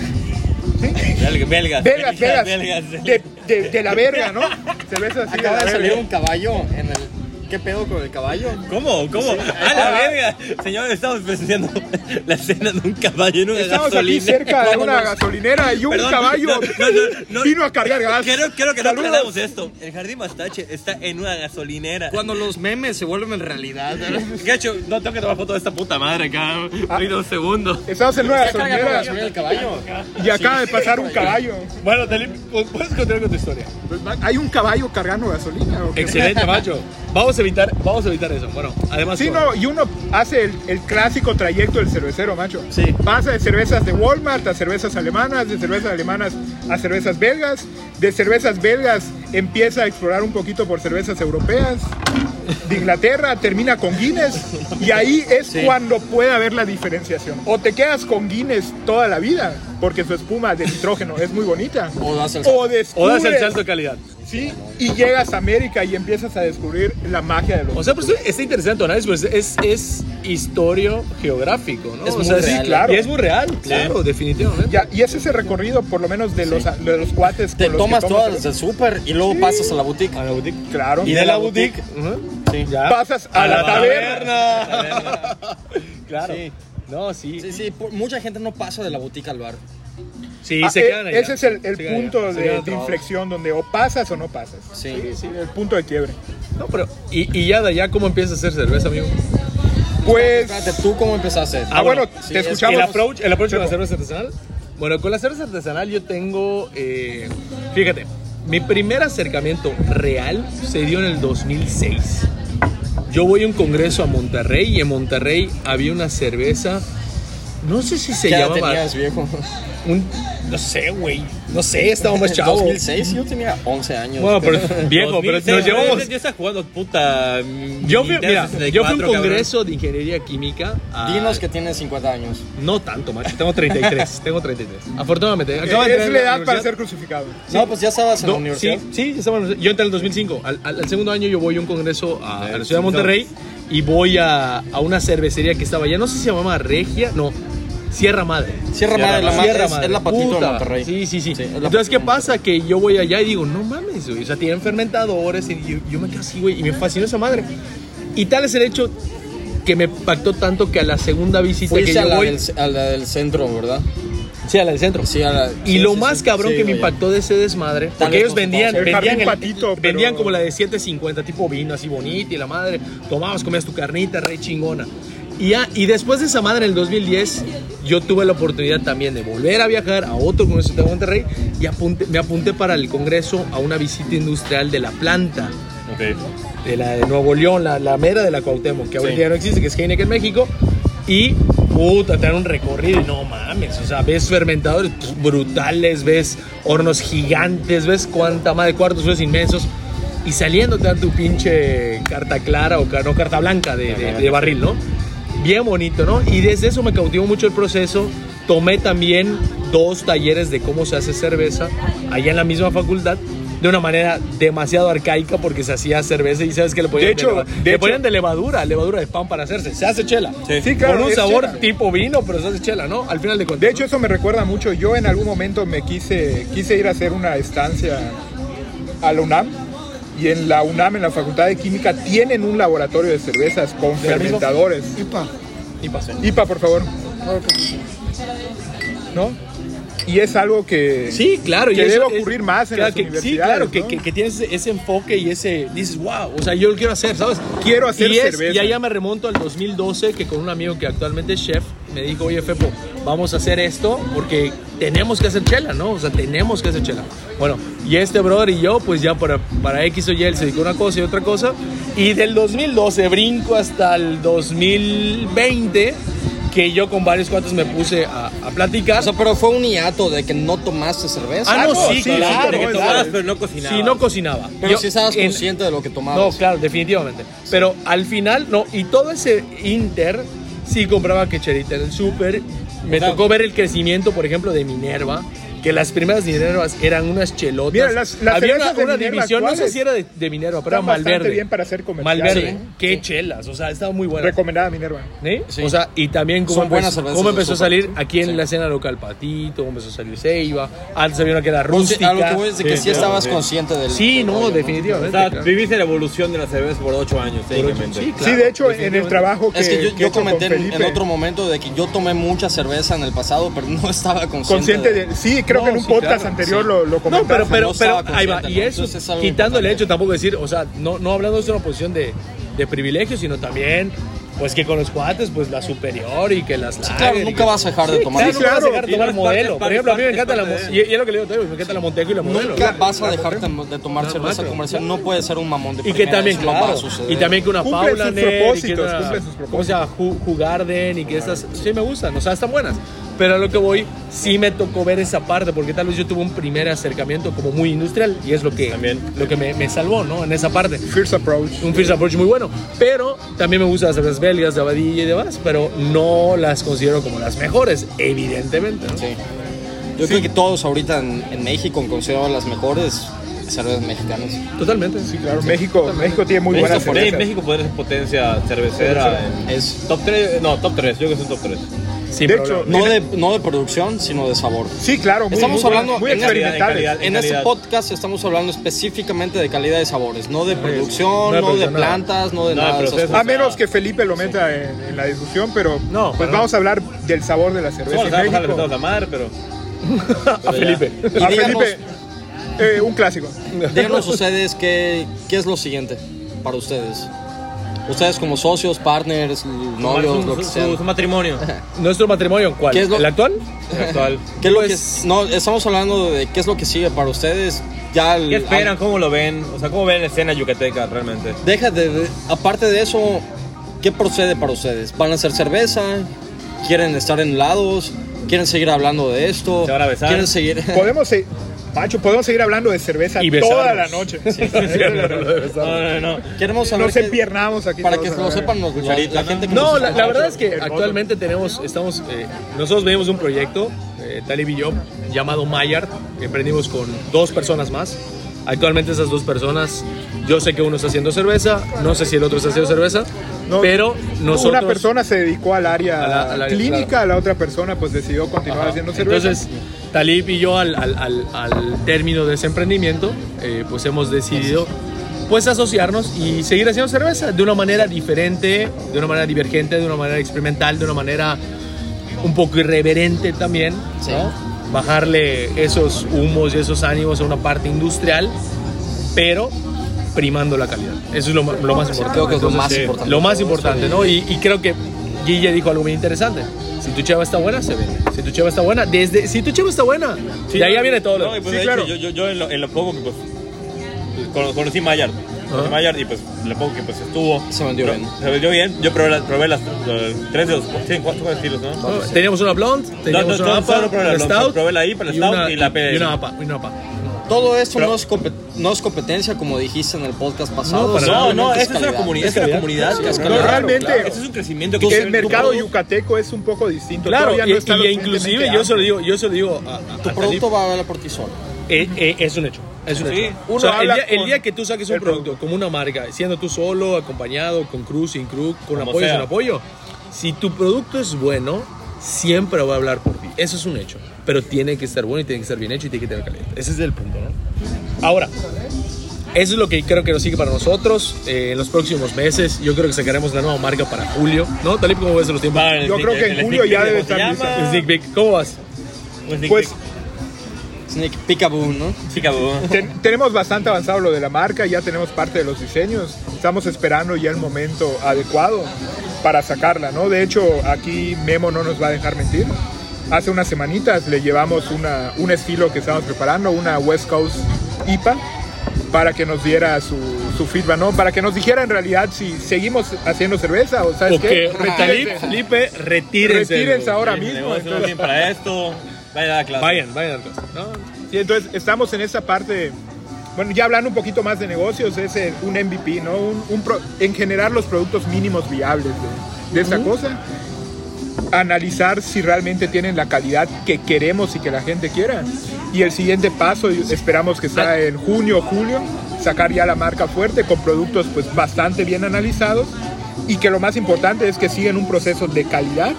Belga- Belgas. Belgas, belgas, belgas. de, de- de la verga, ¿no? Cervezas así de Acaba la de salir un verga. caballo en el. ¿Qué pedo con el caballo? ¿Cómo? ¿Cómo? ¡A la verga! Señores, estamos presenciando la escena de un caballo en una Estamos aquí gasolina. cerca de una Vámonos. gasolinera y un Perdón, caballo no, no, no, no. vino a cargar gas. Quiero, quiero que no Saludos. aclaremos esto. El jardín Mastache está en una gasolinera. Cuando los memes se vuelven realidad. Gacho, no tengo que tomar foto de esta puta madre, cabrón. Ahorita un segundo. Estamos en una gasolinera el caballo. y acaba de pasar un caballo. Bueno, Talib, pues, puedes continuar con tu historia. Hay un caballo cargando gasolina. ¿o qué? Excelente, macho. Vamos a evitar, vamos a evitar eso. Bueno, además. Sí, bueno, no, y uno hace el, el clásico trayecto del cervecero, macho. Sí. Pasa de cervezas de Walmart a cervezas alemanas, de cervezas alemanas a cervezas belgas, de cervezas belgas empieza a explorar un poquito por cervezas europeas, de Inglaterra termina con Guinness y ahí es cuando puede haber la diferenciación. O te quedas con Guinness toda la vida, porque su espuma de nitrógeno es muy bonita. O das el O salto. descubres, O das el salto de calidad. Sí, y llegas a América y empiezas a descubrir la magia de los. O sea, pues está interesante análisis, pues es, es historia geográfico, ¿no? Es O muy sea, real. Sí, claro. Y es muy real, claro, definitivamente. Ya, y es ese recorrido, por lo menos de los, de los cuates. Te con los que tomas tomas todas desde el súper y luego pasas a la boutique. A la boutique. Claro. Y de la boutique, Sí, ya. pasas a, la, taberna. Claro. Sí. No, sí. Sí, sí, por- mucha gente no pasa de la boutique al bar. Sí, Ah, se e- quedan allá. Ese es el, el Se quedan punto allá. Se de, quedan de atrapados. inflexión donde o pasas o no pasas. Sí. sí, el punto de quiebre. No, pero. Y, y ya de allá, ¿cómo empieza a hacer cerveza, amigo? Pues. Espérate, ¿tú cómo empezaste? Ah, bueno, Sí, te es- escuchamos. El approach, el approach de la cerveza artesanal. Bueno, con la cerveza artesanal yo tengo, eh, fíjate, mi primer acercamiento real se dio en el 2006. Yo voy a un congreso a Monterrey y en Monterrey había una cerveza, no sé si se ¿Qué edad llamaba, tenías, viejo? un- no sé, güey, no sé, estaba más Pues, chavo. 2006 yo tenía 11 años. Bueno, pero viejo, pero nos llevamos, Yo estaba jugando puta. yo fui, mira, yo fui a un 64, congreso de ingeniería química. a- Dinos que tienes 50 años. No tanto, macho. Tengo 33. tengo 33. Afortunadamente. acabo de eh, es entrar la a edad para universidad. ser crucificado. No, pues ya estabas en No, la universidad. Sí, sí, ya estaba en la universidad. Yo entré en el 2005. Al, al- al segundo año yo voy a un congreso a, a la ciudad de Monterrey y voy a, a una cervecería que estaba allá. No sé si se llamaba Regia, no. Sierra Madre. Sierra Madre, la madre Sierra es, es la patito puta. de Monterrey. Sí, sí, sí. Sí, es la Entonces, patito ¿qué de pasa? Que yo voy allá y digo, no mames, güey. O sea, tienen fermentadores y yo, yo me quedo así, güey. Y me fascinó esa madre. Y tal es el hecho que me impactó tanto que a la segunda visita que Fuiste a yo la, voy... del, a la del centro, ¿verdad? Sí, a la del centro. Sí, a la- Y sí, lo sí, más sí. cabrón Sí, que me oye. impactó de ese desmadre, porque vez ellos no se vendían, pasa. El vendían, jardín patito, pero- vendían como la de 750, tipo vino, así bonita y la madre. Tomabas, comías tu carnita, re chingona. Y, ya- y después de esa madre, en el 2010, yo tuve la oportunidad también de volver a viajar a otro congreso de Monterrey y apunté- me apunté para el congreso a una visita industrial de la planta cabrón. Ok. de la de Nuevo León, la, la mera de la Cuauhtémoc, que ahorita Sí. ya no existe, que es Heineken México. Y, puta, te dan un recorrido y no mames, o sea, ves fermentadores pff, brutales, ves hornos gigantes, ves cuánta madre, cuartos fríos inmensos. Y saliendo te dan tu pinche carta clara o ca- no carta blanca de, de- de barril, ¿no? Bien bonito, ¿no? Y desde eso me cautivó mucho el proceso. Tomé también dos talleres de cómo se hace cerveza allá en la misma facultad de una manera demasiado arcaica porque se hacía cerveza y sabes que le ponían De hecho, leva- de le hecho- ponían de levadura, levadura de pan para hacerse. Se hace chela. Sí. Sí, claro. Con un es sabor chela. tipo vino, pero se hace chela, ¿no? Al final de cuentas. De hecho, ¿no? eso me recuerda mucho. Yo en algún momento me quise, quise ir a hacer una estancia a la UNAM. Y en la UNAM, en la Facultad de Química, tienen un laboratorio de cervezas con la misma- fermentadores. y pasó. IPA, por favor. ¿No? Y es algo que... Sí, claro. Que eso debe es- ocurrir más en claro las que- Sí, universidades, claro, que, ¿no? que- que tienes ese enfoque y ese... Dices, wow, o sea, yo lo quiero hacer, ¿sabes? Quiero hacer y es- cerveza. Y allá me remonto al 2012, que con un amigo que actualmente es chef, me dijo, oye, Fepo, vamos a hacer esto porque tenemos que hacer chela, ¿no? O sea, tenemos que hacer chela. Bueno, y este brother y yo, pues ya para, para X o Y, él se dedicó a una cosa y otra cosa. Y del 2012 brinco hasta el 2020, que yo con varios cuantos me puse a, a platicar. O sea, pero fue un hiato de que no tomaste cerveza. Ah, no, Ah, no, sí, sí, claro. sí, De que no, tomabas, claro. pero no cocinabas. Si no cocinaba. Pero Yo- si estabas en- consciente de lo que No, tomabas. claro, definitivamente. Pero al final, no. Y todo ese Inter, sí compraba quecherita en el súper. Me Claro. tocó ver el crecimiento, por ejemplo, de Minerva. Que las primeras Minervas eran unas chelotas. Mira, las- las Había una, cervezas de una Minerva, división, no sé ¿cuáles? si era de, de Minerva, pero era Están bastante Malverde. bien para hacer comerciales, Malverde. ¿eh? Qué chelas, o sea, estaba muy buena. Recomendada Minerva. ¿Sí? Sí. O sea, y también cómo Son buenas empezó, cervezas cómo de empezó a súper. salir aquí en Sí. la escena local Patito, cómo empezó a salir Ceiba, antes había una que era O sea, rústica. a lo que voy es de que sí, estabas consciente del. Sí, del rollo, no, O definitivamente. sea, claro. viviste la evolución de la cerveza por 8 años, técnicamente. Sí, claro, sí, de hecho, en el definitivamente. trabajo que, Es que yo, que he yo hecho con comenté en- en Felipe, otro momento de que yo tomé mucha cerveza en el pasado, pero no estaba consciente. consciente de- de... Sí, creo No, que en un sí, podcast claro, anterior sí. lo, lo No, pero, comentaste. pero, no pero estaba ahí va. consciente, Y ¿no? eso, Entonces es algo quitando el importante. hecho, tampoco decir, o sea, no, no hablando de una posición de, de privilegio, sino también, pues que con los cuates, pues la superior y que las. Sí, claro, lager y nunca que- vas a dejar de Sí, tomar. claro, nunca vas a dejar claro. Y de no tomar es parte- modelo. Por parte- ejemplo, a mí me encanta la. parte mo- de- Y, y es lo que le digo a Toyo, me encanta la Monteco y la modelo. Nunca güey. vas a dejar de, de tomar No, cerveza macro. comercial. No puedes ser un mamón de Y que primera, también, eso no va a claro, suceder. y también que una Cumple Paula sus Nel, y que propósitos, una- cumple sus propósitos. ¿cómo se llama? Ju- Jugarden y que estas sí me gustan, o sea, están buenas. Pero a lo que voy, sí me tocó ver esa parte, porque tal vez yo tuve un primer acercamiento como muy industrial, y es lo que, También. lo que me, me salvó, ¿no? En esa parte. First Approach. Un first approach muy bueno, pero también me gustan las cervezas belgas, de abadilla y demás, pero no las considero como las mejores, evidentemente, ¿no? Sí. Yo creo que todos ahorita en, en México consideramos las mejores. cervezas mexicanas. Totalmente. Sí, claro. México, México tiene muy México, buenas podría- cervezas. México podría ser potencia cervecera. en- Es, Top 3, no, top 3, yo creo que es un top 3. Sin de problema. hecho, no, de, no de producción, sino de sabor. sí, claro. Muy, Estamos muy buenas, hablando muy en calidad, en experimentales. calidad. En este calidad. podcast estamos hablando específicamente de calidad de sabores, no de producción, no no de de producción, nada. plantas, no de Nada de nada. de esas proceso. cosas. A menos que Felipe lo meta en, en la discusión, pero No, pues para vamos a hablar del sabor de la cerveza Bueno, en sabemos que México. la madre, pero. A Felipe. Y A díganos- Felipe, eh, un clásico. Díganos ustedes qué, qué es lo siguiente para ustedes. Ustedes como socios, partners, novios, su- lo que su- sea. su- su matrimonio. ¿Nuestro matrimonio cuál? ¿Qué es lo- ¿El actual? actual. ¿Qué es lo que, Pues- no, estamos hablando de qué es lo que sigue para ustedes. Ya el- ¿Qué esperan? ¿Cómo lo ven? O sea, ¿cómo ven la escena yucateca realmente? Deja de, de- aparte de eso, ¿qué procede para ustedes? ¿Van a hacer cerveza? ¿Quieren estar en lados? ¿Quieren seguir hablando de esto? ¿Se van a besar? ¿Quieren seguir? Podemos, se- Macho, podemos seguir hablando de cerveza Y toda besarnos. la noche. No, no, no. Queremos saber Nos que- empiernamos aquí. para todos que a lo ver. sepan los- la, la gente que No, nos la, escucha. la verdad es que Hermoso. actualmente tenemos, estamos, eh, nosotros venimos de un proyecto, eh, Talib y yo, llamado Mayard, que emprendimos con dos personas más. Actualmente esas dos personas, yo sé que uno está haciendo cerveza, no sé si el otro está haciendo cerveza, No, pero nosotros... Una persona se dedicó al área A la- al área, clínica, claro. la otra persona pues decidió continuar haciendo cerveza. Entonces, Talib y yo al, al- al- al término de ese emprendimiento, eh, pues hemos decidido pues asociarnos y seguir haciendo cerveza de una manera diferente, de una manera divergente, de una manera experimental, de una manera un poco irreverente también, Sí. ¿no? Bajarle esos humos y esos ánimos a una parte industrial, pero primando la calidad. Eso es lo, ma- lo más importante. Creo que es lo más sí, importante. Lo más importante, ¿no? Y, y creo que Guille dijo algo muy interesante. Si tu chava está buena, se vende. Si tu chava está buena, desde... Si tu chava está buena, Sí, de ahí no, ya viene todo. No, lo- y pues, Sí, de claro. hecho, yo, yo, yo en, lo, en lo poco que pues. cono- Conocí Mayard. Conocí Mayard y pues lo poco que pues estuvo. Se vendió Pro- bien. Se vendió bien. Yo probé, la- probé las, los tres de los. Sí, cuatro cuatro estilos, ¿no? No, pues, Teníamos una blonde, teníamos no, una no, APA, solo probé la una blonde, stout, probé la IPA, la stout y la PLS. y una APA, y una APA. Todo esto Pero- no, es compe- no es competencia, como dijiste en el podcast pasado. No, para No, solamente no, esa es una calidad. comunidad. Es Es una calidad. Sí, comunidad. es cabrón. calidad. Claro, Realmente. claro. Ese es un crecimiento que el tú- mercado tú- yucateco es un poco distinto. Claro, todavía y, no está y lo inclusive suficientemente yo se lo digo, yo se lo digo a, a- a Tu Talib. producto va a hablar por ti solo. Eh, eh, es un hecho. Es un Sí. hecho. Uno O sea, el, habla día, el con día que tú saques un el producto, producto. como una marca, siendo tú solo, acompañado, con cruz, sin cruz, con Como apoyo, sea. sin apoyo, si tu producto es bueno, siempre va a hablar por ti. Eso es un hecho. Pero tiene que estar bueno y tiene que estar bien hecho y tiene que tener calidad. Ese es el punto, ¿no? Ahora, eso es lo que creo que nos sigue para nosotros eh, en los próximos meses. Yo creo que sacaremos la nueva marca para julio. ¿No, Talib, cómo ves los tiempos? Va, el Yo sneak- creo que en el julio sneak ya peek debe de cómo se estar llama, Sneak peek, ¿cómo vas? un sneak Pues peek. Sneak peekaboo, ¿no? Sí, cabrón. ten- tenemos bastante avanzado lo de la marca, ya tenemos parte de los diseños. Estamos esperando ya el momento adecuado para sacarla, ¿no? De hecho, aquí Memo no nos va a dejar mentir. Hace unas semanitas le llevamos una, un estilo que estamos preparando, una West Coast IPA, para que nos diera su, su feedback, ¿no? Para que nos dijera en realidad si seguimos haciendo cerveza o, ¿sabes Porque qué? Talib, Retírense. Felipe, retírense. Retírense ahora mismo. El negocio no tiene para esto. Vaya a la clase. Vayan, vayan al clase. No, Sí, entonces estamos en esa parte. Bueno, ya hablando un poquito más de negocios, es eh, un MVP, ¿no? Un, un pro- en generar los productos mínimos viables de, de esa cosa. Analizar si realmente tienen la calidad que queremos y que la gente quiera. Y el siguiente paso, y esperamos que sea en junio o julio, sacar ya la marca fuerte con productos pues bastante bien analizados y que lo más importante es que sigan un proceso de calidad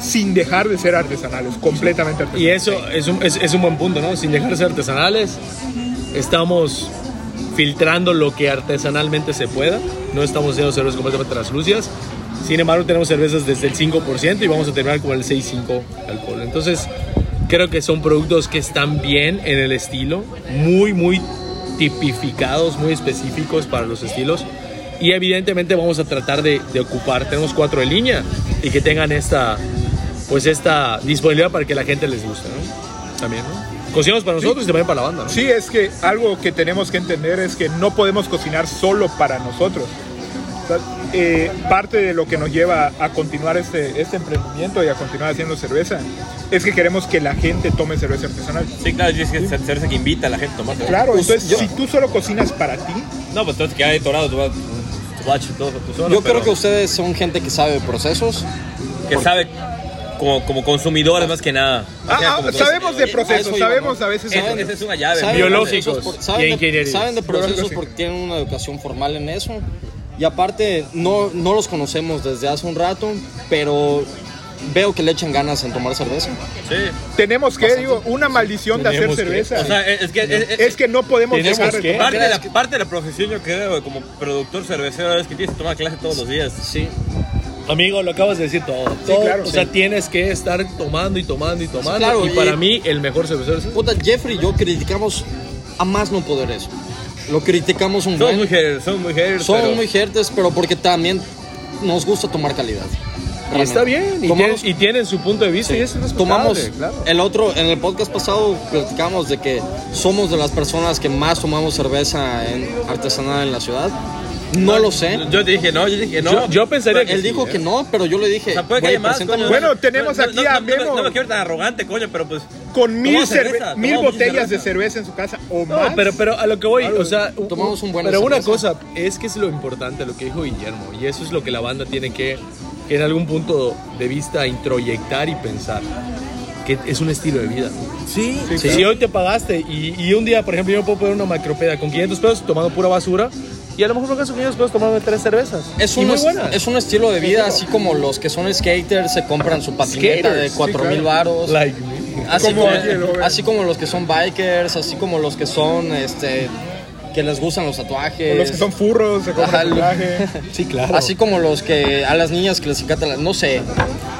sin dejar de ser artesanales, completamente artesanales. Y eso es un, es, es un buen punto, ¿no? Sin dejarse artesanales, estamos filtrando lo que artesanalmente se pueda. No estamos haciendo cervezas completamente translúcidas. Sin embargo, tenemos cervezas desde el 5% y vamos a terminar con el 6,5 alcohol. Entonces, creo que son productos que están bien en el estilo, muy, muy tipificados, muy específicos para los estilos. Y evidentemente vamos a tratar de, de ocupar, tenemos cuatro en línea y que tengan esta, pues esta disponibilidad para que la gente les guste, ¿no? También, ¿no? Cocinamos para nosotros y también para la banda, ¿no? Sí, es que algo que tenemos que entender es que no podemos cocinar solo para nosotros. O sea, eh, parte de lo que nos lleva a continuar este, este emprendimiento y a continuar haciendo cerveza es que queremos que la gente tome cerveza artesanal. Sí, claro, es que es cerveza que invita a la gente a tomar. Claro, Pues entonces yo- si tú solo cocinas para ti, No, pues entonces queda detonado tu, tu batch y todo. tú solo, Yo pero creo que ustedes son gente que sabe de procesos. que sabe como, como consumidores más que nada. Ah, O sea, ah, como- sabemos de Ah, procesos, eso iba, sabemos ¿no? a veces. Eso- esa es una llave. ¿Saben de Biológicos procesos por- y saben, de, ingeniería. saben de procesos Biológicos. porque tienen una educación formal en eso. Y aparte, no, no los conocemos desde hace un rato, pero veo que le echan ganas en tomar cerveza. Sí. Tenemos que, digo, una maldición de hacer Tenemos que- cerveza. O sea, es que... es- es- es que no podemos tenemos dejar de que- tomar. Parte de, la, parte de la profesión, yo creo, como productor cervecero, es que tienes que tomar clase todos los días. Sí. Amigo, lo acabas de decir todo. Todo, claro, o sí. sea, tienes que estar tomando y tomando y tomando. claro, y y- para mí, el mejor cervecero es Puta, Jeffrey y yo criticamos a más no poder eso. Lo criticamos un Somos muy buen. haters, somos muy haters. Somos pero- muy jertes, pero porque también nos gusta tomar calidad. Y está bien, y, Tomamos- tienen, y tienen su punto de vista y eso es respetable, Tomamos claro. el otro, en el podcast pasado platicamos de que somos de las personas que más tomamos cerveza en- artesanal en la ciudad. No lo sé. Yo te dije no, yo dije no. Yo- yo pensaría que Él sí, dijo ¿eh? que no, pero yo le dije. O sea, puede que "Güey, haya más, preséntame coño. una- Bueno, tenemos No, no, aquí no, a no me- Memo. No, me quiero tan arrogante, coño, pero pues... Con mil, Tomamos cerve- cerveza, mil tomamos botellas de cerveza. cerveza en su casa o No, más. pero, pero a lo que voy, o sea, u- Tomamos un buen Pero una cerveza. cosa, es que es lo importante lo que dijo Guillermo, y eso es lo que la banda tiene que, que en algún punto de vista, introyectar y pensar. Que es un estilo de vida. Sí, Sí, Si hoy te pagaste y, y un día, por ejemplo, yo me puedo poner una macropeda con 500 pesos tomando pura basura y a lo mejor con esos 500 pesos tomarme tres cervezas. Es Y un, muy buenas. es un estilo de vida, así como los que son skaters se compran su patineta Skaters, de sí, 4 mil claro. varos. Like, Así Como como, Ángel, obvio. así como los que son bikers, así como los que son, este, que les gustan los tatuajes. O los que son furros, se Ajá, compran lo- tatuaje. sí, claro. Así como los que a las niñas que les encanta la- No sé.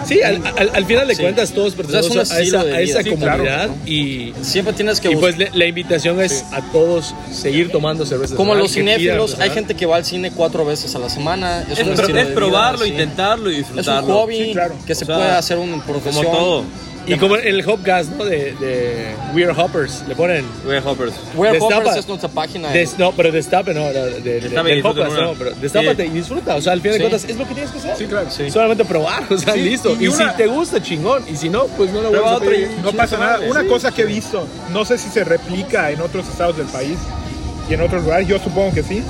Sí, al, al- al final de Sí. cuentas todos pertenecemos O sea, es un a esa, estilo de a esa vida. Sí, comunidad claro. y, Siempre tienes que y pues bus- le- la invitación es a todos seguir tomando cerveza. Como artesanal, los que pidan cinéfilos, hay artesanal. gente que va al cine cuatro veces a la semana. Es, Es, un pro- estilo es de probarlo, vida, sí. intentarlo y Es un disfrutarlo. hobby Sí, claro. que se O sea, puede hacer una Como profesión. todo. Y como el Hopgas, ¿no? De, de We Are Hoppers, le ponen... Güey, hoppers. Where Destapa. Hoppers es nuestra página. de- des- no, pero destape, no, la- de, de, Destape y del disfruta, Hopgas, ¿no? no, pero destápate Sí. y disfruta, o sea, al final Sí. de cuentas es lo que tienes que hacer. Sí, claro. Solamente probar, o sea, Sí, listo. y Y, una- si te gusta, chingón. Y si no, pues no lo Pero vuelves a otro, pedir. no Chinga pasa su madre. nada. Una Sí. cosa que he visto, no sé si se replica en otros estados del país y en otros lugares, yo supongo que sí,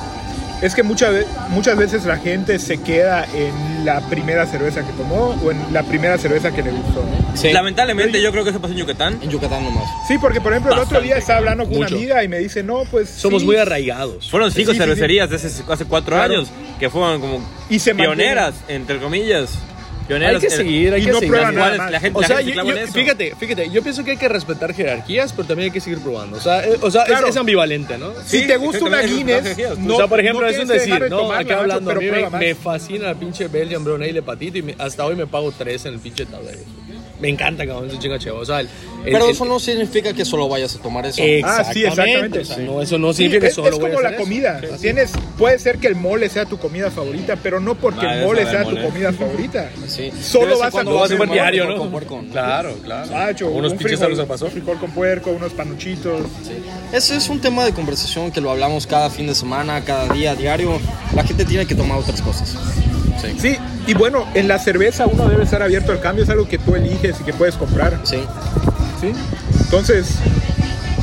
es que muchas, ve- muchas veces la gente se queda en la primera cerveza que tomó o en la primera cerveza que le gustó. ¿no? Sí, Lamentablemente, yo creo que eso pasó en Yucatán. en Yucatán nomás. Sí, porque por ejemplo el otro día Bastante, estaba hablando con mucho. una amiga y me dice, no, pues... Somos sí". muy arraigados. Fueron cinco Sí, sí, sí. cervecerías de hace, hace cuatro Claro. años que fueron como Y se mantienen. pioneras, entre comillas. Pioneras. Hay que en- seguir, hay y que no seguir. prueban Igual nada es- más. la gente, O la sea, gente yo- se clava en yo- eso. fíjate, fíjate, yo pienso que hay que respetar jerarquías, pero también hay que seguir probando. O sea, eh, o sea es- Claro. es, ambivalente, ¿no? Si Sí, te gusta una exactamente, Guinness, es un no, o sea, por ejemplo, no es un tienes que dejar decir, de no, tomarla, acá macho, hablando, a pero mí me, prueba más. me fascina la pinche Belgian Brown Ale de patito y me- hasta hoy me pago tres en el pinche tablero. Me encanta, cabrón, ese chinga chevo. O sea, el- el- Eh, Pero el- eso no significa que solo vayas a tomar eso. Exactamente. Ah, sí, exactamente, o sea, sí. no, eso no Sí, significa que es, solo es voy a como hacer la eso. comida. Tienes, puede ser que el mole sea tu comida favorita, pero no porque Ah, el es mole verdad, sea el tu mole. comida favorita. Sí. Solo De vez en vas a cuando Lo vas a comer comer un diario, puerco ¿no? con puerco, ¿no? Claro, claro. Macho, unos un pinches frijol, sabros al pastor. frijol con puerco, unos panuchitos. Ese es un tema de conversación que lo hablamos cada fin de semana, cada día, diario. La gente tiene que tomar otras cosas. Sí. Sí, y bueno, en la cerveza uno debe estar abierto al cambio, es algo que tú eliges y que puedes comprar. Sí. ¿sí? Entonces,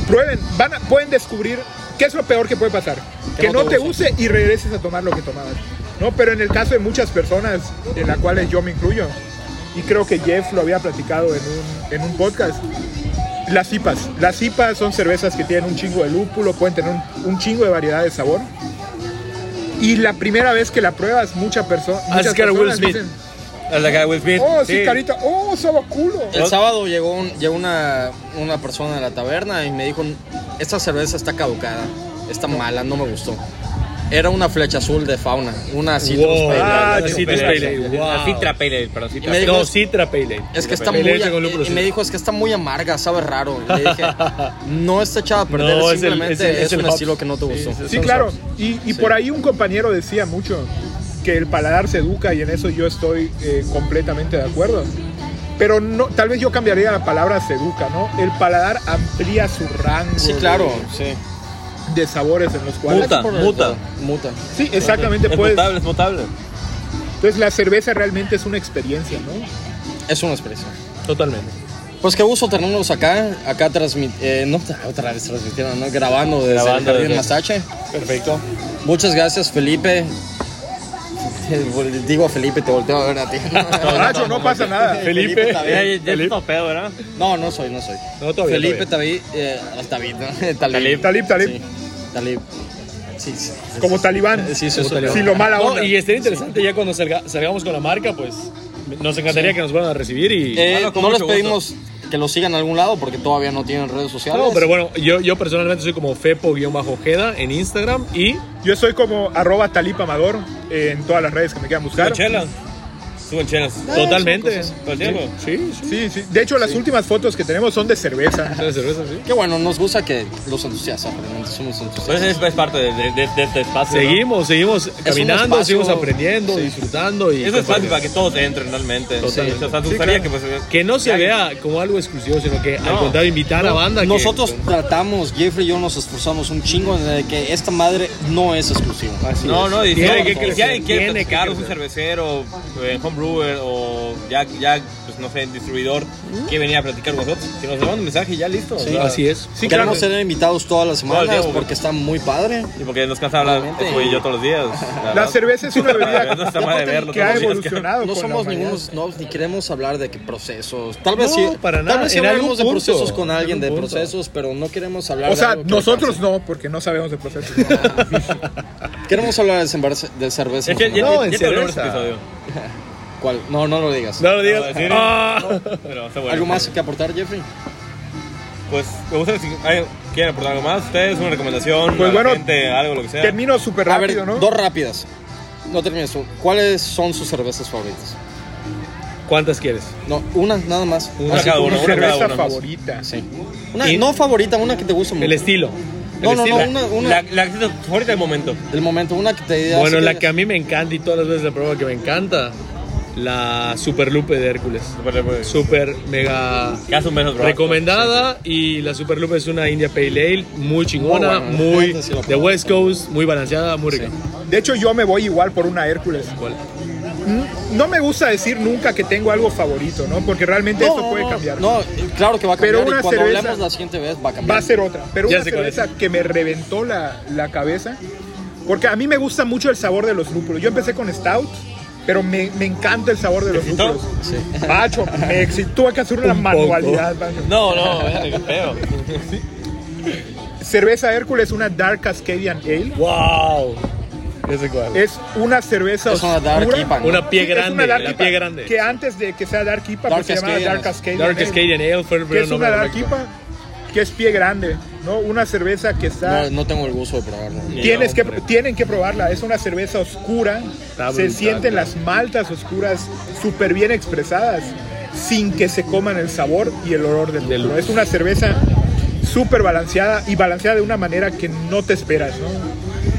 prueben, van a, pueden descubrir qué es lo peor que puede pasar. Que Que no no te te use y regreses a tomar lo que tomabas. No, pero en el caso de muchas personas, en las cuales yo me incluyo, y creo que Jeff lo había platicado en un, en un podcast, las IPAs. Las IPAs son cervezas que tienen un chingo de lúpulo, pueden tener un, un chingo de variedad de sabor. Y la primera vez que la pruebas, mucha perso muchas Oscar Will personas Smith. dicen, Hasta acá, Will Smith. oh, sí, carita, oh, sabo culo. El sábado llegó, un- llegó una, una persona de la taberna y me dijo, esta cerveza está caducada, está mala, no me gustó. Era una flecha azul de fauna, una citrus Wow. pale ale. Ah, la Citra Pale Ale. Pale Ale, wow. La Citra Pale Ale, perdón, Y Citra me Pale Ale. dijo- No, Citra Pale Eh, Ale. Es que está muy Pale Ale con lúpulo, y, y me sí. dijo es que está muy amarga, sabe raro. Y le dije, no está echada a perder, No, es el- simplemente es, es el- es el un hop. estilo que no te gustó. es- Sí, Son claro. sabores. Y, y por ahí un compañero decía mucho que el paladar se educa y en eso yo estoy eh, completamente de acuerdo. Pero no, tal vez yo cambiaría la palabra se educa, ¿no? El paladar amplía su rango Sí, de- claro, sí. de, sabores en los cuales... Muta, Por- muta. Muta. Sí, exactamente. pues. Es Puedes, potable, es potable. entonces la cerveza realmente es una experiencia, ¿no? Es una expresión. Totalmente. Pues qué gusto tenernos acá, acá transmit, eh, no otra vez transmitiendo, ¿no? grabando desde Grabando el Jardín desde- Mastache. Perfecto. Muchas gracias Felipe, Digo a Felipe, te volteo a ver a ti. Nacho, no pasa nada. Felipe Ya, Tabé. ya, ya es todo pedo, ¿verdad? No, no soy, no soy. No, todavía, Felipe Tabé, eh, David, ¿no? Talib. Talib, Talib. Sí, Talib. Sí, sí. Como talibán. Sí, sí, sí. Si lo mala No, onda. y estaría interesante ya cuando salga- salgamos con la marca, pues nos encantaría que nos fueran a recibir y... Eh, Bueno, con no les mucho gusto. pedimos que lo sigan a algún lado porque todavía no tienen redes sociales. No, pero bueno, yo, yo personalmente soy como Fepo-Ojeda en Instagram y... Yo soy como arroba talipamador en todas las redes que me quieran buscar. Suben chelas. Suben chelas. Totalmente. Todo el tiempo. Sí, sí. Sí, sí. De hecho, las últimas fotos que tenemos son de cerveza. Ah. ¿Sale cerveza, sí? Qué bueno, nos gusta que los entusiastas, realmente somos Pero entusiastas. ese es, es parte de, de- de- de este espacio. ¿no? Seguimos, seguimos caminando, espacio- seguimos aprendiendo, disfrutando y... Eso es fácil para que todos entren realmente. Totalmente. Sí, o sea, Sí, te gustaría claro. que pues, Que no se vea como algo exclusivo, sino que al No. contrario invitar a banda. que- Nosotros tratamos, Jeffrey y yo nos esforzamos un chingo de que esta madre no es exclusiva. No, no, y, Tiene no, que y si crecer, alguien quiere tiene que platicar un crecer. cervecero, eh, homebrewer o ya, ya, pues no sé, distribuidor que venía a platicar con nosotros, que nos deban un mensaje y ya listo. Sí. o sea, Así es. Sí, claro. Queremos tener invitados todas las Todo el semanas tiempo. porque está muy padre. Y porque nos cansa hablar Realmente. eso y yo todos los días. La cerveza es una bebida No está mal de verlo que ha todos los días, evolucionado. No con somos la ningunos humanidad. snobs ni queremos hablar de que procesos. Tal vez No, sí, para Tal nada, vez sí en algún hablamos de punto, procesos con en alguien de algún punto. procesos, pero no queremos hablar O de sea, algo que nosotros alcance. no, porque no sabemos de procesos. Queremos hablar de, cerveza- de cerveza. Es que ya, en ya- No, ya en te hablamos cerveza. de ese episodio. ¿Cuál? No, no lo digas. No lo digas. No, en serio. Pero está bueno. ¿Algo más que aportar, Jeffrey? Pues, me gusta si alguien quiere aportar algo más. Ustedes, una recomendación. Pues a la bueno, gente, algo, lo que sea. Termino súper rápido, a ver, ¿no? dos rápidas. No termines tú. ¿Cuáles son sus cervezas favoritas? ¿Cuántas quieres? No, una nada más. Una Así cada como- uno, Mi una cada cerveza uno, más. favorita. Sí. Una Y- no favorita, una que te gusta mucho. El estilo. No, El no, no, estilo. una, una La, la que es tu favorita del momento. del momento, una que te bueno, la que a que mí me encanta y todas las veces la prueba que me encanta, la Super Lupe de Hércules. Super mega Ya hace un mes nos probamos. recomendada y la Super Lupe es una India Pale Ale muy chingona, Muy buena, muy esa sí la de probamos. West Coast, muy balanceada, muy rica. De hecho, yo me voy igual por una Hércules. ¿Cuál? Mm, No me gusta decir nunca que tengo algo favorito, ¿no? Porque realmente esto puede cambiar. No, claro que va a cambiar. Pero una y cuando cerveza- hablemos la siguiente vez va a cambiar. Va a ser otra. Pero Ya una sé cuál cerveza que me reventó la, la cabeza. Porque a mí me gusta mucho el sabor de los lúpulos. Yo empecé con Stout, pero me, me encanta el sabor de los ¿Excitó? lúpulos. Macho, me excitó. Tuve que hacer una Un poco. manualidad, macho. No, no, eh, qué feo. Cerveza Hércules, una Dark Cascadian Ale. ¡Wow! Ya sé cuál. Es una cerveza Es una oscura. Dark IPA, ¿no? Una pie Sí, es grande, una Dark la IPA, pie grande. Que antes de que sea Dark IPA, Dark pues, se llamaba Cascadian. Dark Cascadian Dark Ale. Cascadian Ale fue el Que primer es una nombre de Dark México. IPA que es pie grande, ¿no? Una cerveza que está... No, no tengo el gusto de probarlo. Tienes que, hombre. tienen que probarla, es una cerveza oscura, Está se brutal, sienten ¿no? las maltas oscuras súper bien expresadas, sin que se coman el sabor y el olor del Del lúpulo. Es una cerveza súper balanceada y balanceada de una manera que no te esperas, ¿no?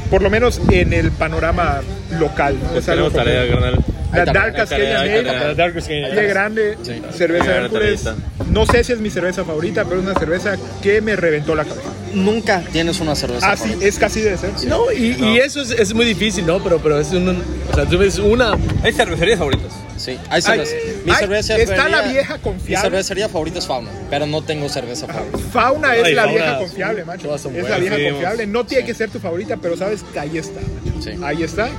Por lo menos en el panorama local. ¿no? Pues Es algo tenemos tarea, como- carnal. La Hay tarea, Dark hay tarea, Cascadian hay Ale, tarea. La Dark Skin. Pie grande, Sí. cerveza Hay de que ver la Hércules. tarjeta. No sé si es mi cerveza favorita, pero es una cerveza que me reventó la cabeza. Nunca tienes una cerveza. Así, favorita. es casi de ser. No, y, y eso es, es muy difícil, ¿no? Pero, pero es un, O sea, tú ves una. Hay cervecerías favoritas. Sí, hay cerveza. Ay, mi ay, cerveza está la vieja confiable. Mi cervecería favorita es Fauna, pero no tengo cerveza favorita. Fauna es Ay, la Fauna, vieja confiable, macho. todas Es son la buenas, vieja sí, confiable. No tiene que ser tu favorita, pero sabes que ahí está. macho. Sí. Ahí está.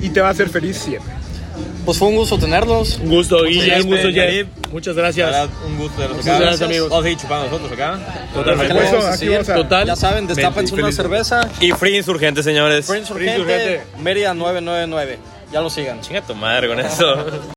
Y te va a hacer feliz siempre. Pues fue un gusto tenerlos. Un gusto, Guille, gracias, un gusto, Yarib. Jeff. Muchas La gracias. verdad, un gusto de Muchas gracias, amigos. Vamos a seguir chupando nosotros acá. Totalmente. Por vamos eso, a pues, aquí seguir, vamos a- total. Ya saben, destapen Feliz. una cerveza. Y Free Insurgente, señores. Prince Prince Urgente, Urgente. Mérida 999. Ya lo sigan. Chinga tu madre con eso.